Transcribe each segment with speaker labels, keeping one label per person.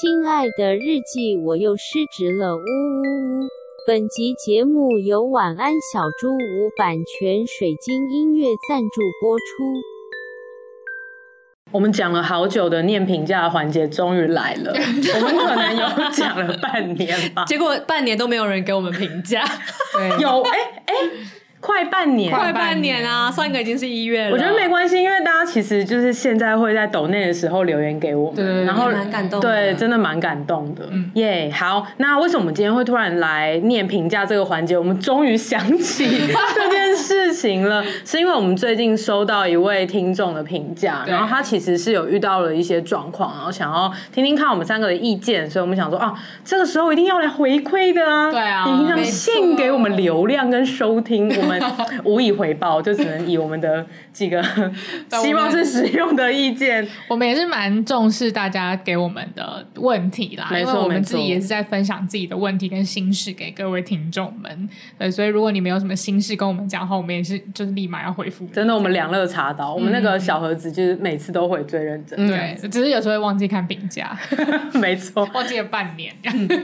Speaker 1: 亲爱的日记，我又失职了，呜呜呜！本集节目由晚安小猪屋版权水晶音乐赞助播出。
Speaker 2: 我们讲了好久的念评价的环节终于来了，我们可能有讲了半年吧，
Speaker 3: 结果半年都没有人给我们评价，
Speaker 4: 对，
Speaker 2: 有哎哎、快 半年，
Speaker 3: 快半年啊！上一个已经是一月了，
Speaker 2: 我觉得没关系，因为大家其实就是现在会在抖内的时候留言给我
Speaker 4: 对对对
Speaker 2: 们，然后
Speaker 3: 也蛮感动的
Speaker 2: 对，真的蛮感动的。
Speaker 4: 嗯
Speaker 2: 耶、好，那为什么我们今天会突然来念评价这个环节？我们终于想 起这件事情了，是因为我们最近收到一位听众的评价，
Speaker 4: 对
Speaker 2: 然后他其实是有遇到了一些状况，然后想要听听看我们三个的意见，所以我们想说，啊，这个时候一定要来回馈的啊！
Speaker 4: 对啊
Speaker 2: 你平常
Speaker 4: 没
Speaker 2: 献给我们流量跟收听，我们无以回报，就只能以我们的几 个希望是实用的意见。
Speaker 4: 我们也是蛮重视大家给我们的问题啦，
Speaker 2: 没
Speaker 4: 因
Speaker 2: 错
Speaker 4: 为我
Speaker 2: 没
Speaker 4: 们
Speaker 2: 错
Speaker 4: 自己也是在分享自己的问题跟心事给各位听众们。对，所以如果你们有什么心事跟我们讲的话，我们也是就是立马要回复。
Speaker 2: 真的，我们两肋插
Speaker 3: 嗯
Speaker 2: 刀，我们那个小盒子就是每次都会最认真。
Speaker 4: 对，只是有时候会忘记看评价，
Speaker 3: 嗯
Speaker 2: 没错，
Speaker 4: 忘记了半年。
Speaker 2: 嗯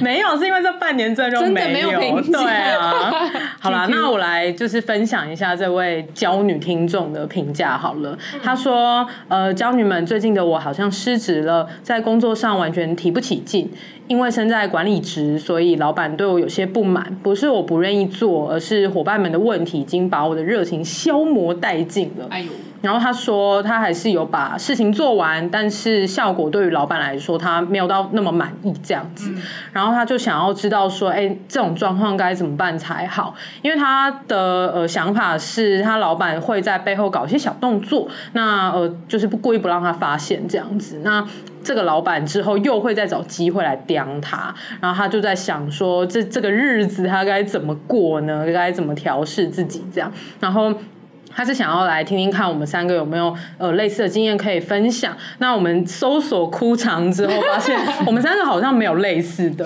Speaker 2: 没有是因为这半年阵容
Speaker 3: 真的没有
Speaker 2: 有。
Speaker 3: 评价
Speaker 2: 对啊， 好啦，那我来就是分享一下这位娇女听众的评价好了。
Speaker 3: 嗯
Speaker 2: 她说：“呃，娇女们，最近的我好像失职了，在工作上完全提不起劲。”因为身在管理职，所以老板对我有些不满，不是我不愿意做，而是伙伴们的问题已经把我的热情消磨殆尽了。
Speaker 4: 哎呦，
Speaker 2: 然后他说他还是有把事情做完，但是效果对于老板来说他没有到那么满意这样子。然后他就想要知道说，哎、这种状况该怎么办才好？因为他的呃想法是他老板会在背后搞一些小动作，那呃就是不故意不让他发现这样子。那这个老板之后又会再找机会来刁他，然后他就在想说，这这个日子他该怎么过呢？该怎么调试自己这样？然后。他是想要来听听看我们三个有没有呃类似的经验可以分享。那我们搜索哭肠之后，发 现我们三个好像没有类似的，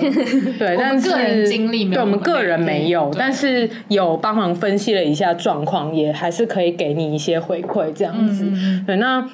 Speaker 2: 对，但是
Speaker 4: 个人经历没
Speaker 2: 对
Speaker 4: 有
Speaker 2: 我们
Speaker 4: 那么
Speaker 2: 个人没有
Speaker 4: 对，
Speaker 2: 但是有帮忙分析了一下状况，也还是可以给你一些回馈这样子。对，那。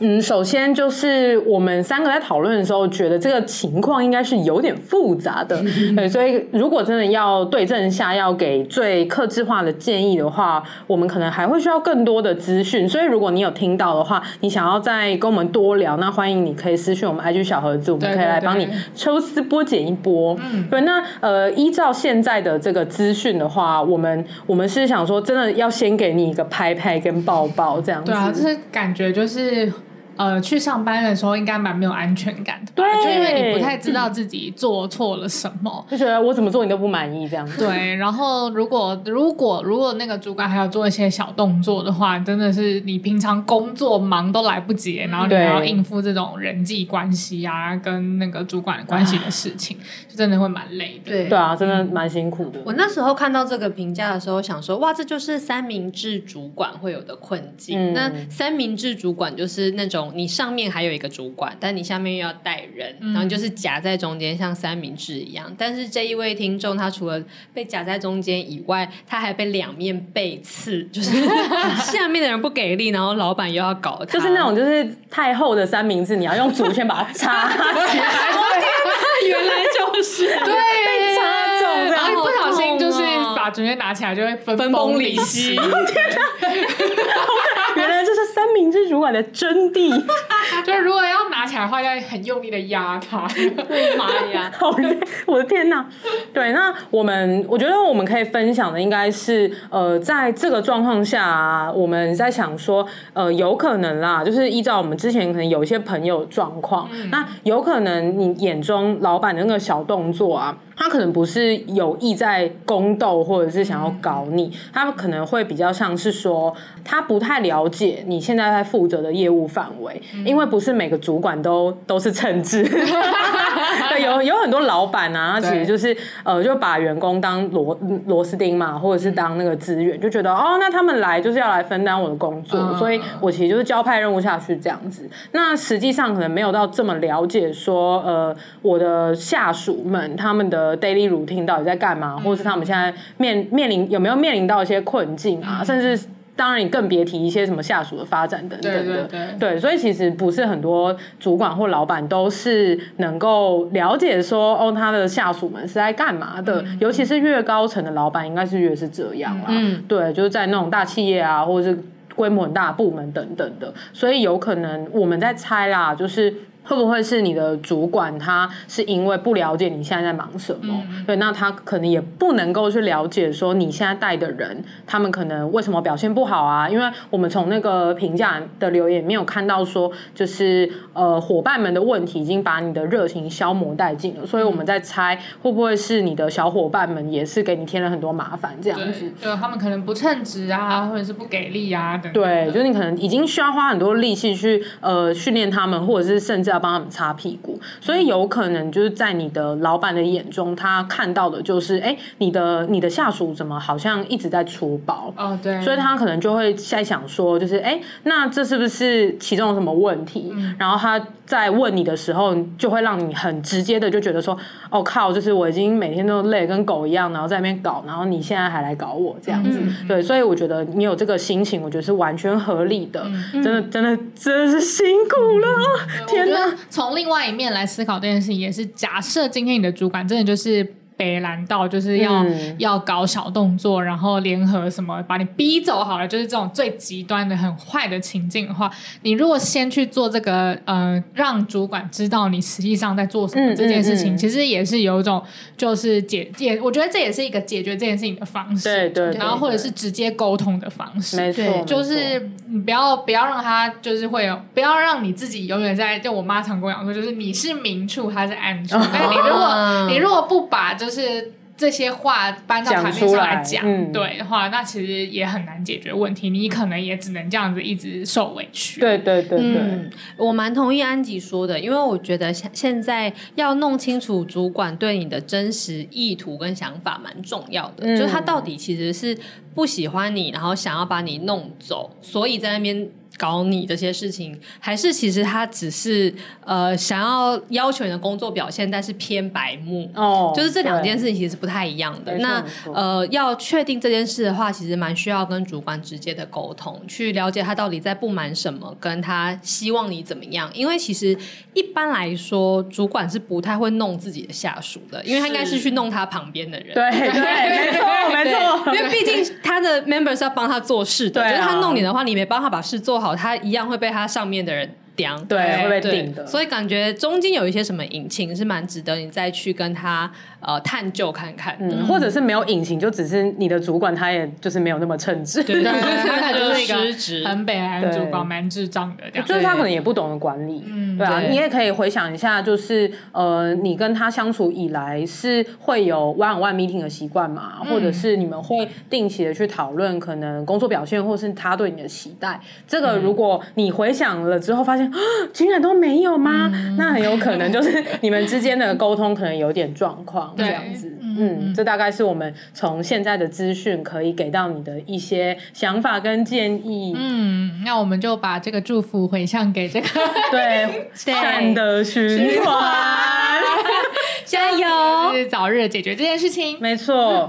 Speaker 2: 嗯，首先就是我们三个在讨论的时候，觉得这个情况应该是有点复杂 的，对，所以如果真的要对症下药，给最克制化的建议的话，我们可能还会需要更多的资讯。所以如果你有听到的话，你想要再跟我们多聊，那欢迎你可以私讯我们 IG 小盒子，我们
Speaker 4: 对
Speaker 2: 可以来
Speaker 4: 对
Speaker 2: 帮你
Speaker 4: 对
Speaker 2: 抽丝剥茧一波。嗯，对，那呃，依照现在的这个资讯的话，我们我们是想说，真的要先给你一个拍拍跟抱抱这样子。
Speaker 4: 对啊，就是感觉就是呃，去上班的时候应该蛮没有安全感的吧，
Speaker 2: 对
Speaker 4: 就因为你不太知道自己做错了什么。
Speaker 2: 就觉得哎我怎么做你都不满意这样 子。
Speaker 4: 对，然后如果如果如果那个主管还要做一些小动作的话，真的是你平常工作忙都来不及，然后你还要
Speaker 2: 对
Speaker 4: 应付这种人际关系啊，跟那个主管关系的事情，就真的会蛮累的。
Speaker 3: 对
Speaker 2: 啊对 啊，真的蛮辛苦的。
Speaker 3: 我那时候看到这个评价的时候，想说哇，这就是三明治主管会有的困境。
Speaker 2: 嗯
Speaker 3: 那三明治主管就是那种你上面还有一个主管，但你下面又要带人，然后你就是夹在中间，像三明治一样。但是这一位听众，他除了被夹在中间以外，他还被两面背刺，就是 下面的人不给力，然后老板又要搞他，
Speaker 2: 就是那种就是太厚的三明治，你要用竹签把它插起来，
Speaker 3: 原来就是
Speaker 4: 对，被
Speaker 2: 插中这样
Speaker 4: 然后一啊不小心就
Speaker 3: 好
Speaker 4: 是
Speaker 3: 痛哦
Speaker 4: 把竹签拿起来就会分
Speaker 3: 分崩
Speaker 4: 崩
Speaker 3: 离
Speaker 4: 离
Speaker 3: 析
Speaker 4: 析。
Speaker 2: 原来这是三明治主管的真谛，
Speaker 4: 就是如果要拿起来的话，要很用力的压它。
Speaker 3: 妈呀！
Speaker 2: 好累， 我的天哪！对，那我们我觉得我们可以分享的应该是，呃，在这个状况下、啊，我们在想说，呃，有可能啦，就是依照我们之前可能有一些朋友状况，那有可能你眼中老板的那个小动作啊，他可能不是有意在宫斗或者是想要搞你，他可能会比较像是说，他不太了解你现在在负责的业务范围，
Speaker 4: 嗯
Speaker 2: 因为不是每个主管都都是称职。 对，有有很多老板啊，他其实
Speaker 4: 对
Speaker 2: 就是呃，就把员工当螺嗯螺丝钉嘛，或者是当那个资源，就觉得哦，那他们来就是要来分担我的工作，
Speaker 4: 嗯
Speaker 2: 所以我其实就是交派任务下去这样子。那实际上可能没有到这么了解说，呃，我的下属们他们的 daily
Speaker 4: 嗯嗯
Speaker 2: routine 到底在干嘛，或者是他们现在面面临有没有面临到一些困境啊，甚至。当然你更别提一些什么下属的发展等等的。
Speaker 4: 对对对
Speaker 2: 对，所以其实不是很多主管或老板都是能够了解说，哦，他的下属们是在干嘛的。
Speaker 4: 嗯
Speaker 2: 尤其是越高层的老板，应该是越是这样啦。
Speaker 3: 嗯，
Speaker 2: 对，就是在那种大企业啊，或者是规模很大的部门等等的，所以有可能我们在猜啦，就是。会不会是你的主管他是因为不了解你现在在忙什么？对，那他可能也不能够去了解说你现在带的人，他们可能为什么表现不好啊？因为我们从那个评价的留言没有看到说，就是呃伙伴们的问题已经把你的热情消磨殆尽了，所以我们在猜会不会是你的小伙伴们也是给你添了很多麻烦这样子。
Speaker 4: 对，就他们可能不称职啊，或者是不给力啊等等
Speaker 2: 对，
Speaker 4: 的。
Speaker 2: 就是你可能已经需要花很多力气去呃训练他们，或者是甚至要帮他们擦屁股，所以有可能就是在你的老板的眼中，他看到的就是，哎、你的你的下属怎么好像一直在出包。
Speaker 4: 哦，对，
Speaker 2: 所以他可能就会在想说，就是哎、那这是不是其中有什么问题？然后他在问你的时候，就会让你很直接的就觉得说，哦靠，就是我已经每天都累得跟狗一样，然后在那边搞，然后你现在还来搞我这样
Speaker 4: 嗯
Speaker 2: 子，
Speaker 3: 嗯
Speaker 2: 对，所以我觉得你有这个心情，我觉得是完全合理的，
Speaker 4: 嗯
Speaker 3: 嗯
Speaker 2: 真的真的真的是辛苦了，啊 天哪！
Speaker 4: 哪！从另外一面来思考这件事情，也是假设今天你的主管真的就是。北蓝道就是要、
Speaker 2: 嗯
Speaker 4: 要搞小动作，然后联合什么把你逼走好了，就是这种最极端的、很坏的情境的话，你如果先去做这个，呃，让主管知道你实际上在做什么
Speaker 2: 嗯
Speaker 4: 这件事
Speaker 2: 嗯
Speaker 4: 情，
Speaker 2: 嗯
Speaker 4: 其实也是有一种就是解解，我觉得这也是一个解决这件事情的方式，
Speaker 2: 对对对
Speaker 4: 然后或者是直接沟通的方式，
Speaker 2: 没
Speaker 3: 对
Speaker 2: 错，
Speaker 4: 就
Speaker 2: 没错
Speaker 4: 是你不要不要让他就是会有，不要让你自己永远在。就我妈常跟我讲说，就是你是明处，他是暗处。但是你如果你如果不把就是这些话搬到台面上来
Speaker 2: 讲
Speaker 4: 讲，
Speaker 2: 出来嗯
Speaker 4: 对的话，那其实也很难解决问题。你可能也只能这样子一直受委屈。
Speaker 2: 对对对对，
Speaker 3: 嗯，我蛮同意安吉说的，因为我觉得现现在要弄清楚主管对你的真实意图跟想法蛮重要的，
Speaker 2: 嗯
Speaker 3: 就是他到底其实是不喜欢你，然后想要把你弄走，所以在那边。搞你这些事情，还是其实他只是呃想要要求你的工作表现，但是偏白目，
Speaker 2: 哦，
Speaker 3: 就是这两件
Speaker 2: 事，
Speaker 3: 事情其实不太一样的。
Speaker 2: 没错
Speaker 3: 那
Speaker 2: 没错
Speaker 3: 呃，要确定这件事的话，其实蛮需要跟主管直接的沟通，去了解他到底在不满什么，跟他希望你怎么样。因为其实一般来说，主管是不太会弄自己的下属的，因为他应该是去弄他旁边的人。
Speaker 2: 对对，没错没错，
Speaker 3: 因为毕竟他的 member 是要帮他做事的，
Speaker 2: 对啊
Speaker 3: 就是他弄你的话，你没帮他把事做好，他一样会被他上面的人刁。
Speaker 2: 对会被
Speaker 3: 对，
Speaker 2: 定的，
Speaker 3: 所以感觉中间有一些什么引擎是蛮值得你再去跟他呃探究看看。
Speaker 2: 嗯，或者是没有隐形，就只是你的主管他也就是没有那么称职，
Speaker 3: 对
Speaker 4: 对，
Speaker 3: 他
Speaker 4: 他
Speaker 3: 可能
Speaker 4: 就是一
Speaker 3: 失职
Speaker 4: 个很北蓝的主
Speaker 2: 对
Speaker 4: 管，蛮智障的这样
Speaker 2: 就。是他可能也不懂得管理，
Speaker 4: 嗯
Speaker 2: 对啊，
Speaker 3: 对
Speaker 2: 你也可以回想一下，就是呃，你跟他相处以来是会有 one on one meeting 的习惯嘛，
Speaker 4: 嗯
Speaker 2: 或者是你们会定期的去讨论可能工作表现，或是他对你的期待。这
Speaker 4: 嗯
Speaker 2: 个如果你回想了之后发现， 啊，竟然都没有吗？
Speaker 4: 嗯
Speaker 2: 那很有可能就是你们之间的沟通可能有点状况，这
Speaker 4: 对
Speaker 2: 样子。
Speaker 4: 嗯
Speaker 2: 嗯，
Speaker 4: 嗯
Speaker 2: 这大概是我们从现在的资讯可以给到你的一些想法跟建议。
Speaker 4: 嗯，那我们就把这个祝福回向给这个
Speaker 2: 对，善的循环，
Speaker 3: 加油！
Speaker 4: 就是早日解决这件事情。
Speaker 2: 没错。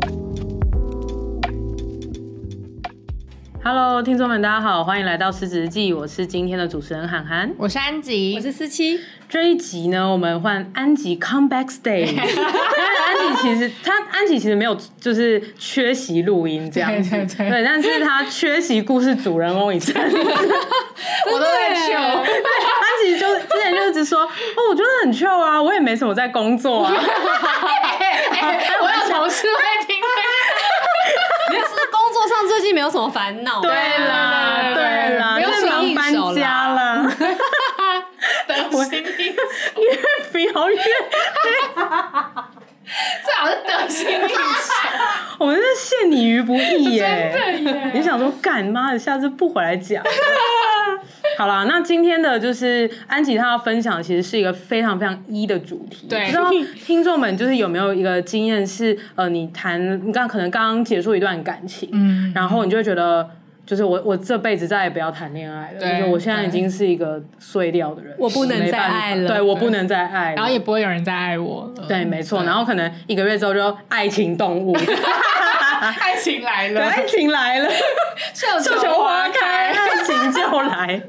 Speaker 2: Hello，听众们，大家好，欢迎来到《失职日记》，我是今天的主持人涵涵。
Speaker 4: 我是安吉，
Speaker 3: 我是 思琪，
Speaker 2: 这一集呢，我们换安吉 comeback stay。安吉其实他安吉其实没有就是缺席录音这样子，
Speaker 4: 对对对
Speaker 2: 但是他缺席故事主人翁一阵子。
Speaker 4: 我都在求。
Speaker 2: 安吉就之前就一直说，哦，我觉得很 chill 啊，我也没什么在工作啊。
Speaker 4: 哎我有同事会听
Speaker 3: 就是工作上最近没有什么烦恼。
Speaker 2: 对啦，对啦，
Speaker 3: 没有
Speaker 2: 在忙
Speaker 3: 什么应
Speaker 2: 搬
Speaker 3: 手
Speaker 2: 家
Speaker 3: 啦。
Speaker 2: 啦。
Speaker 4: 得心应手，
Speaker 2: 表演，
Speaker 4: 最好是得心应手。
Speaker 2: 我们是陷你于不义耶！
Speaker 4: 真的耶
Speaker 2: 你想说干妈的，下次不回来讲。 好啦，那今天的就是安吉她要分享，其实是一个非常非常一的主题。
Speaker 4: 对
Speaker 2: 不知道听众们就是有没有一个经验是，呃，你谈你刚可能刚刚结束一段感情，
Speaker 4: 嗯，
Speaker 2: 然后你就会觉得，就是我我这辈子再也不要谈恋爱了，
Speaker 4: 对
Speaker 2: 就是我现在已经是一个碎掉的人，
Speaker 3: 我不能
Speaker 2: 没办法
Speaker 3: 再爱了
Speaker 2: 对我不能再爱了，
Speaker 4: 然后也不会有人再爱我了。
Speaker 2: 对，没错，然后可能一个月之后就爱情动物，
Speaker 4: 爱情来
Speaker 2: 对，
Speaker 4: 了，
Speaker 2: 爱情来了，
Speaker 4: 绣
Speaker 2: 绣球花 开，爱情就来。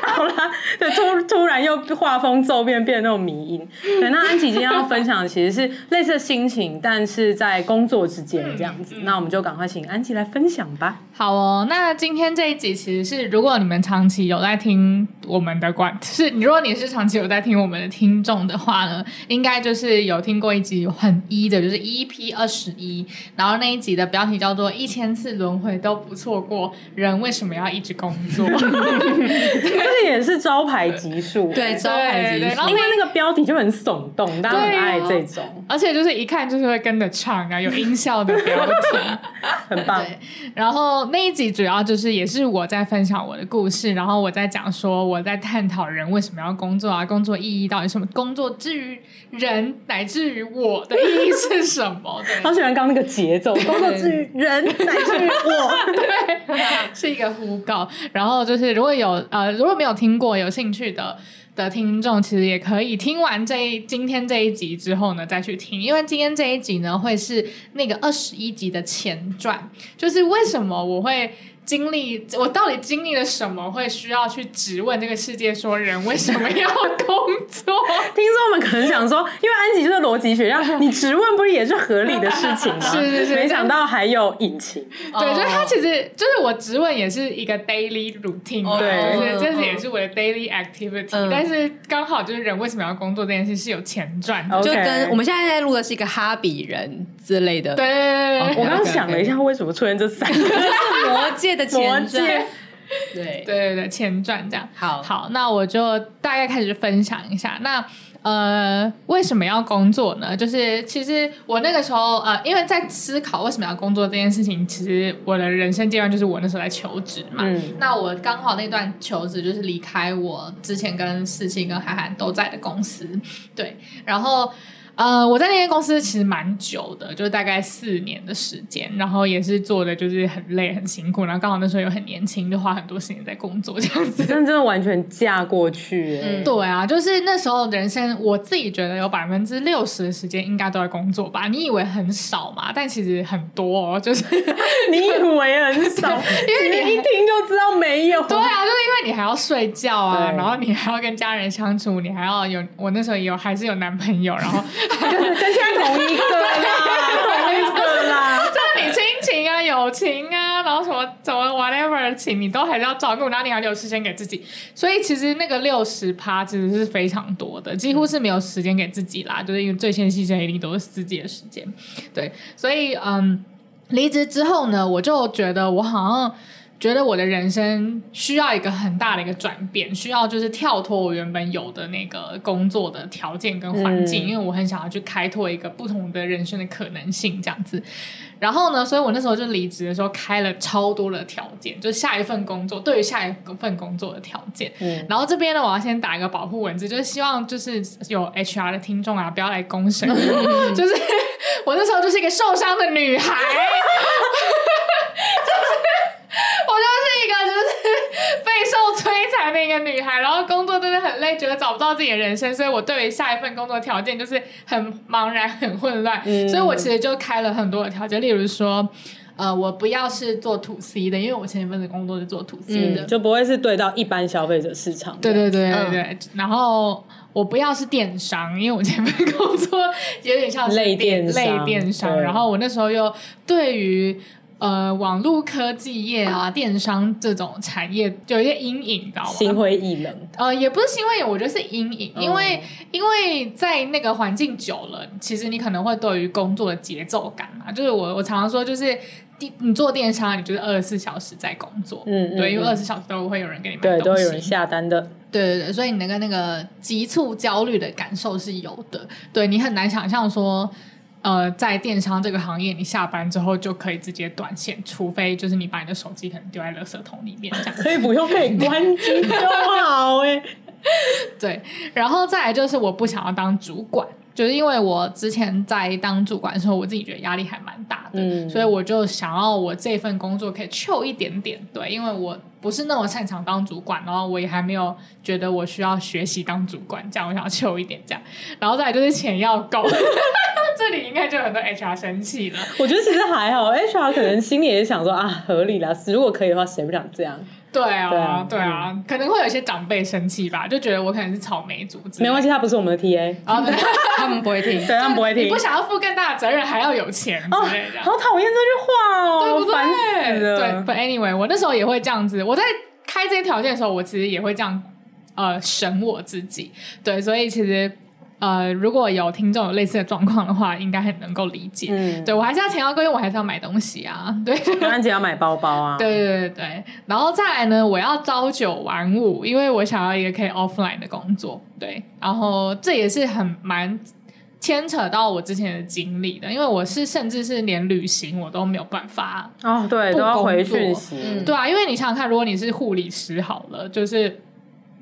Speaker 2: 好啦，对，突突然又画风骤变，变那种迷音。对，那安琪今天要分享的其实是类似的心情，但是在工作之间这样子。那我们就赶快请安琪来分享吧。
Speaker 4: 好哦，那今天这一集其实是，如果你们长期有在听我们的管，是如果你是长期有在听我们的听众的话呢，应该就是有听过一集很一的，就是 EP 二十一，然后那一集的标题叫做“一千次轮回都不错过，人为什么要一直工作
Speaker 2: 这个也是招牌集数，
Speaker 3: 对，招牌
Speaker 4: 对对
Speaker 3: 集
Speaker 4: 然后
Speaker 2: 因为那个标题就很耸动，大家很爱这种”，，
Speaker 4: 而且就是一看就是会跟着唱啊，有音效的标题。
Speaker 2: 很棒。
Speaker 4: 然后那一集主要就是也是我在分享我的故事，然后我在讲说我在探讨人为什么要工作啊，工作意义到底什么，工作至于人乃至于我的意义是什么？
Speaker 2: 好
Speaker 4: 对，
Speaker 2: 喜欢刚刚那个节奏，工作之余人乃至于我。
Speaker 4: 是一个呼告。然后就是如果有呃如果没有听过有兴趣的。的听众其实也可以听完这一今天这一集之后呢，再去听，因为今天这一集呢会是那个二十一集的前传，就是为什么我会经历，我到底经历了什么，会需要去质问这个世界，说人为什么要工作？
Speaker 2: 听众们可能想说，因为安吉就是逻辑学家，你直问不是也是合理的事情吗？
Speaker 4: 是是是
Speaker 2: 没想到还有隐情，
Speaker 4: 对，就是他其实就是我质问也是一个 daily routine，嘛
Speaker 2: 对
Speaker 4: 就是这
Speaker 3: 嗯
Speaker 4: 是也是我的 daily activity，、
Speaker 3: 嗯
Speaker 4: 但是刚好就是人为什么要工作这件事是有前传的。
Speaker 2: OK
Speaker 3: 就跟我们现在在录的是一个哈比人之类的，
Speaker 4: 对，对对对对
Speaker 2: 我
Speaker 3: 哦
Speaker 2: 刚刚想了一下，为什么出现这三个
Speaker 3: 魔界的
Speaker 2: 魔
Speaker 3: 前
Speaker 2: 界
Speaker 3: 传，？对，
Speaker 4: 对对对，前传这样。
Speaker 3: 好，
Speaker 4: 好，那我就大概开始分享一下。那呃，为什么要工作呢？就是其实我那个时候呃，因为在思考为什么要工作这件事情，其实我的人生阶段就是我那时候在求职嘛。
Speaker 2: 嗯
Speaker 4: 那我刚好那段求职就是离开我之前跟四七跟涵涵都在的公司，对，然后。呃，我在那间公司其实蛮久的，就大概四年的时间，然后也是做的就是很累很辛苦，然后刚好那时候又很年轻，就花很多时间在工作这 样子。
Speaker 2: 真的真的完全嫁过去、
Speaker 3: 嗯
Speaker 4: 对啊，就是那时候人生，我自己觉得有百分之六十的时间应该都在工作吧。你以为很少嘛，但其实很多哦，就是对
Speaker 2: 你以为很少，因为你一听就知道没有。
Speaker 4: 啊，就是因为你还要睡觉啊，
Speaker 2: 哦对
Speaker 4: 然后你还要跟家人相处，你还要有我那时候也有还是有男朋友，然后
Speaker 2: 跟跟现在同一个啦，同 一个啦。
Speaker 4: 就是你亲情啊、友情啊，然后什么什么 whatever 情，你都还是要照顾，然后你还留时间给自己。所以其实那个六十趴其实是非常多的，几乎是没有时间给自己啦，就是因为最先牺牲一定都是自己的时间。对，所以嗯，离职之后呢，我就觉得我好像。觉得我的人生需要一个很大的一个转变，需要就是跳脱我原本有的那个工作的条件跟环境，
Speaker 2: 嗯
Speaker 4: 因为我很想要去开拓一个不同的人生的可能性这样子。然后呢，所以我那时候就离职的时候开了超多的条件，就下一份工作对于下一份工作的条件。
Speaker 2: 嗯
Speaker 4: 然后这边呢，我要先打一个保护文字，就是希望就是有 HR 的听众啊，不要来公审
Speaker 2: 嗯
Speaker 4: 我， 就是我那时候就是一个受伤的女孩， 就是我就是一个就是备受摧残的一个女孩，然后工作真的很累，觉得找不到自己的人生，所以我对于下一份工作条件就是很茫然、很混乱，
Speaker 2: 嗯
Speaker 4: 所以我其实就开了很多的条件，例如说。呃，我不要是做 to C 的，因为我前一份的工作是做 to C 的，
Speaker 2: 嗯，就不会是对到一般消费者市场。
Speaker 4: 对对对
Speaker 2: 嗯
Speaker 4: 对对。然后我不要是电商，因为我前面工作有点像 是
Speaker 2: 类
Speaker 4: 电
Speaker 2: 电商
Speaker 4: 类电商。
Speaker 2: 对
Speaker 4: 然后我那时候又对于呃网络科技业啊、电商这种产业有一些阴影，你知道吗？
Speaker 2: 心灰意冷，
Speaker 4: 呃，也不是新闻影，我觉得是阴影，
Speaker 2: 哦
Speaker 4: 因为、因为在那个环境久了，其实你可能会对于工作的节奏感啊，就是我我常常说，就是电你做电商，你就是二十四小时在工作，
Speaker 2: 嗯嗯
Speaker 4: 对，因为
Speaker 2: 嗯
Speaker 4: 二十小时都会有人给你买
Speaker 2: 对，
Speaker 4: 东
Speaker 2: 都
Speaker 4: 西，
Speaker 2: 有人下单的。
Speaker 4: 对对对，所以你那个那个急促焦虑的感受是有的，对你很难想象说。呃，在电商这个行业，你下班之后就可以直接短线，除非就是你把你的手机可能丢在垃圾桶里面这样子。
Speaker 2: 可以不用，可以关机就好哎、
Speaker 4: 对，然后再来就是我不想要当主管，就是因为我之前在当主管的时候，我自己觉得压力还蛮大的，
Speaker 2: 嗯
Speaker 4: 所以我就想要我这份工作可以 chill 一点点，对，因为我不是那么擅长当主管，然后我也还没有觉得我需要学习当主管，这样我想要 chill 一点这样，然后再来就是钱要够， 这里应该就有很多 HR 生气了，
Speaker 2: 我觉得其实还好，HR 可能心里也想说啊，合理啦，如果可以的话，谁不想这样？
Speaker 4: 对啊，
Speaker 2: 对
Speaker 4: 对
Speaker 2: 啊
Speaker 4: 啊，可能会有一些长辈生气吧，就觉得我可能是草莓族之类的，
Speaker 2: 没关系，他不是我们的 TA，
Speaker 4: 啊，对。
Speaker 5: 他们不会听。
Speaker 2: 对他们不会听。
Speaker 4: 你不想要负更大的责任，还要有钱
Speaker 2: 哦
Speaker 4: 之类的，，
Speaker 2: 好讨厌这句话哦，
Speaker 4: 对不对？
Speaker 2: 烦死
Speaker 4: 对
Speaker 2: 了。
Speaker 4: ，But anyway，我那时候也会这样子。我在开这些条件的时候，我其实也会这样呃审我自己。对，所以其实呃，如果有听众有类似的状况的话，应该很能够理解。
Speaker 2: 嗯，
Speaker 4: 对我还是要钱要够用，我还是要买东西啊。对，
Speaker 2: 安姐要买包包啊，
Speaker 4: 对对对对，然后再来呢，我要朝九晚五，因为我想要一个可以 offline 的工作。对，然后这也是很蛮牵扯到我之前的经历的，因为我是甚至是连旅行我都没有办法。
Speaker 2: 哦，对，
Speaker 4: 不
Speaker 2: 都要回
Speaker 4: 工作
Speaker 2: 讯息。
Speaker 4: 对啊，因为你想想看，如果你是护理师好了，就是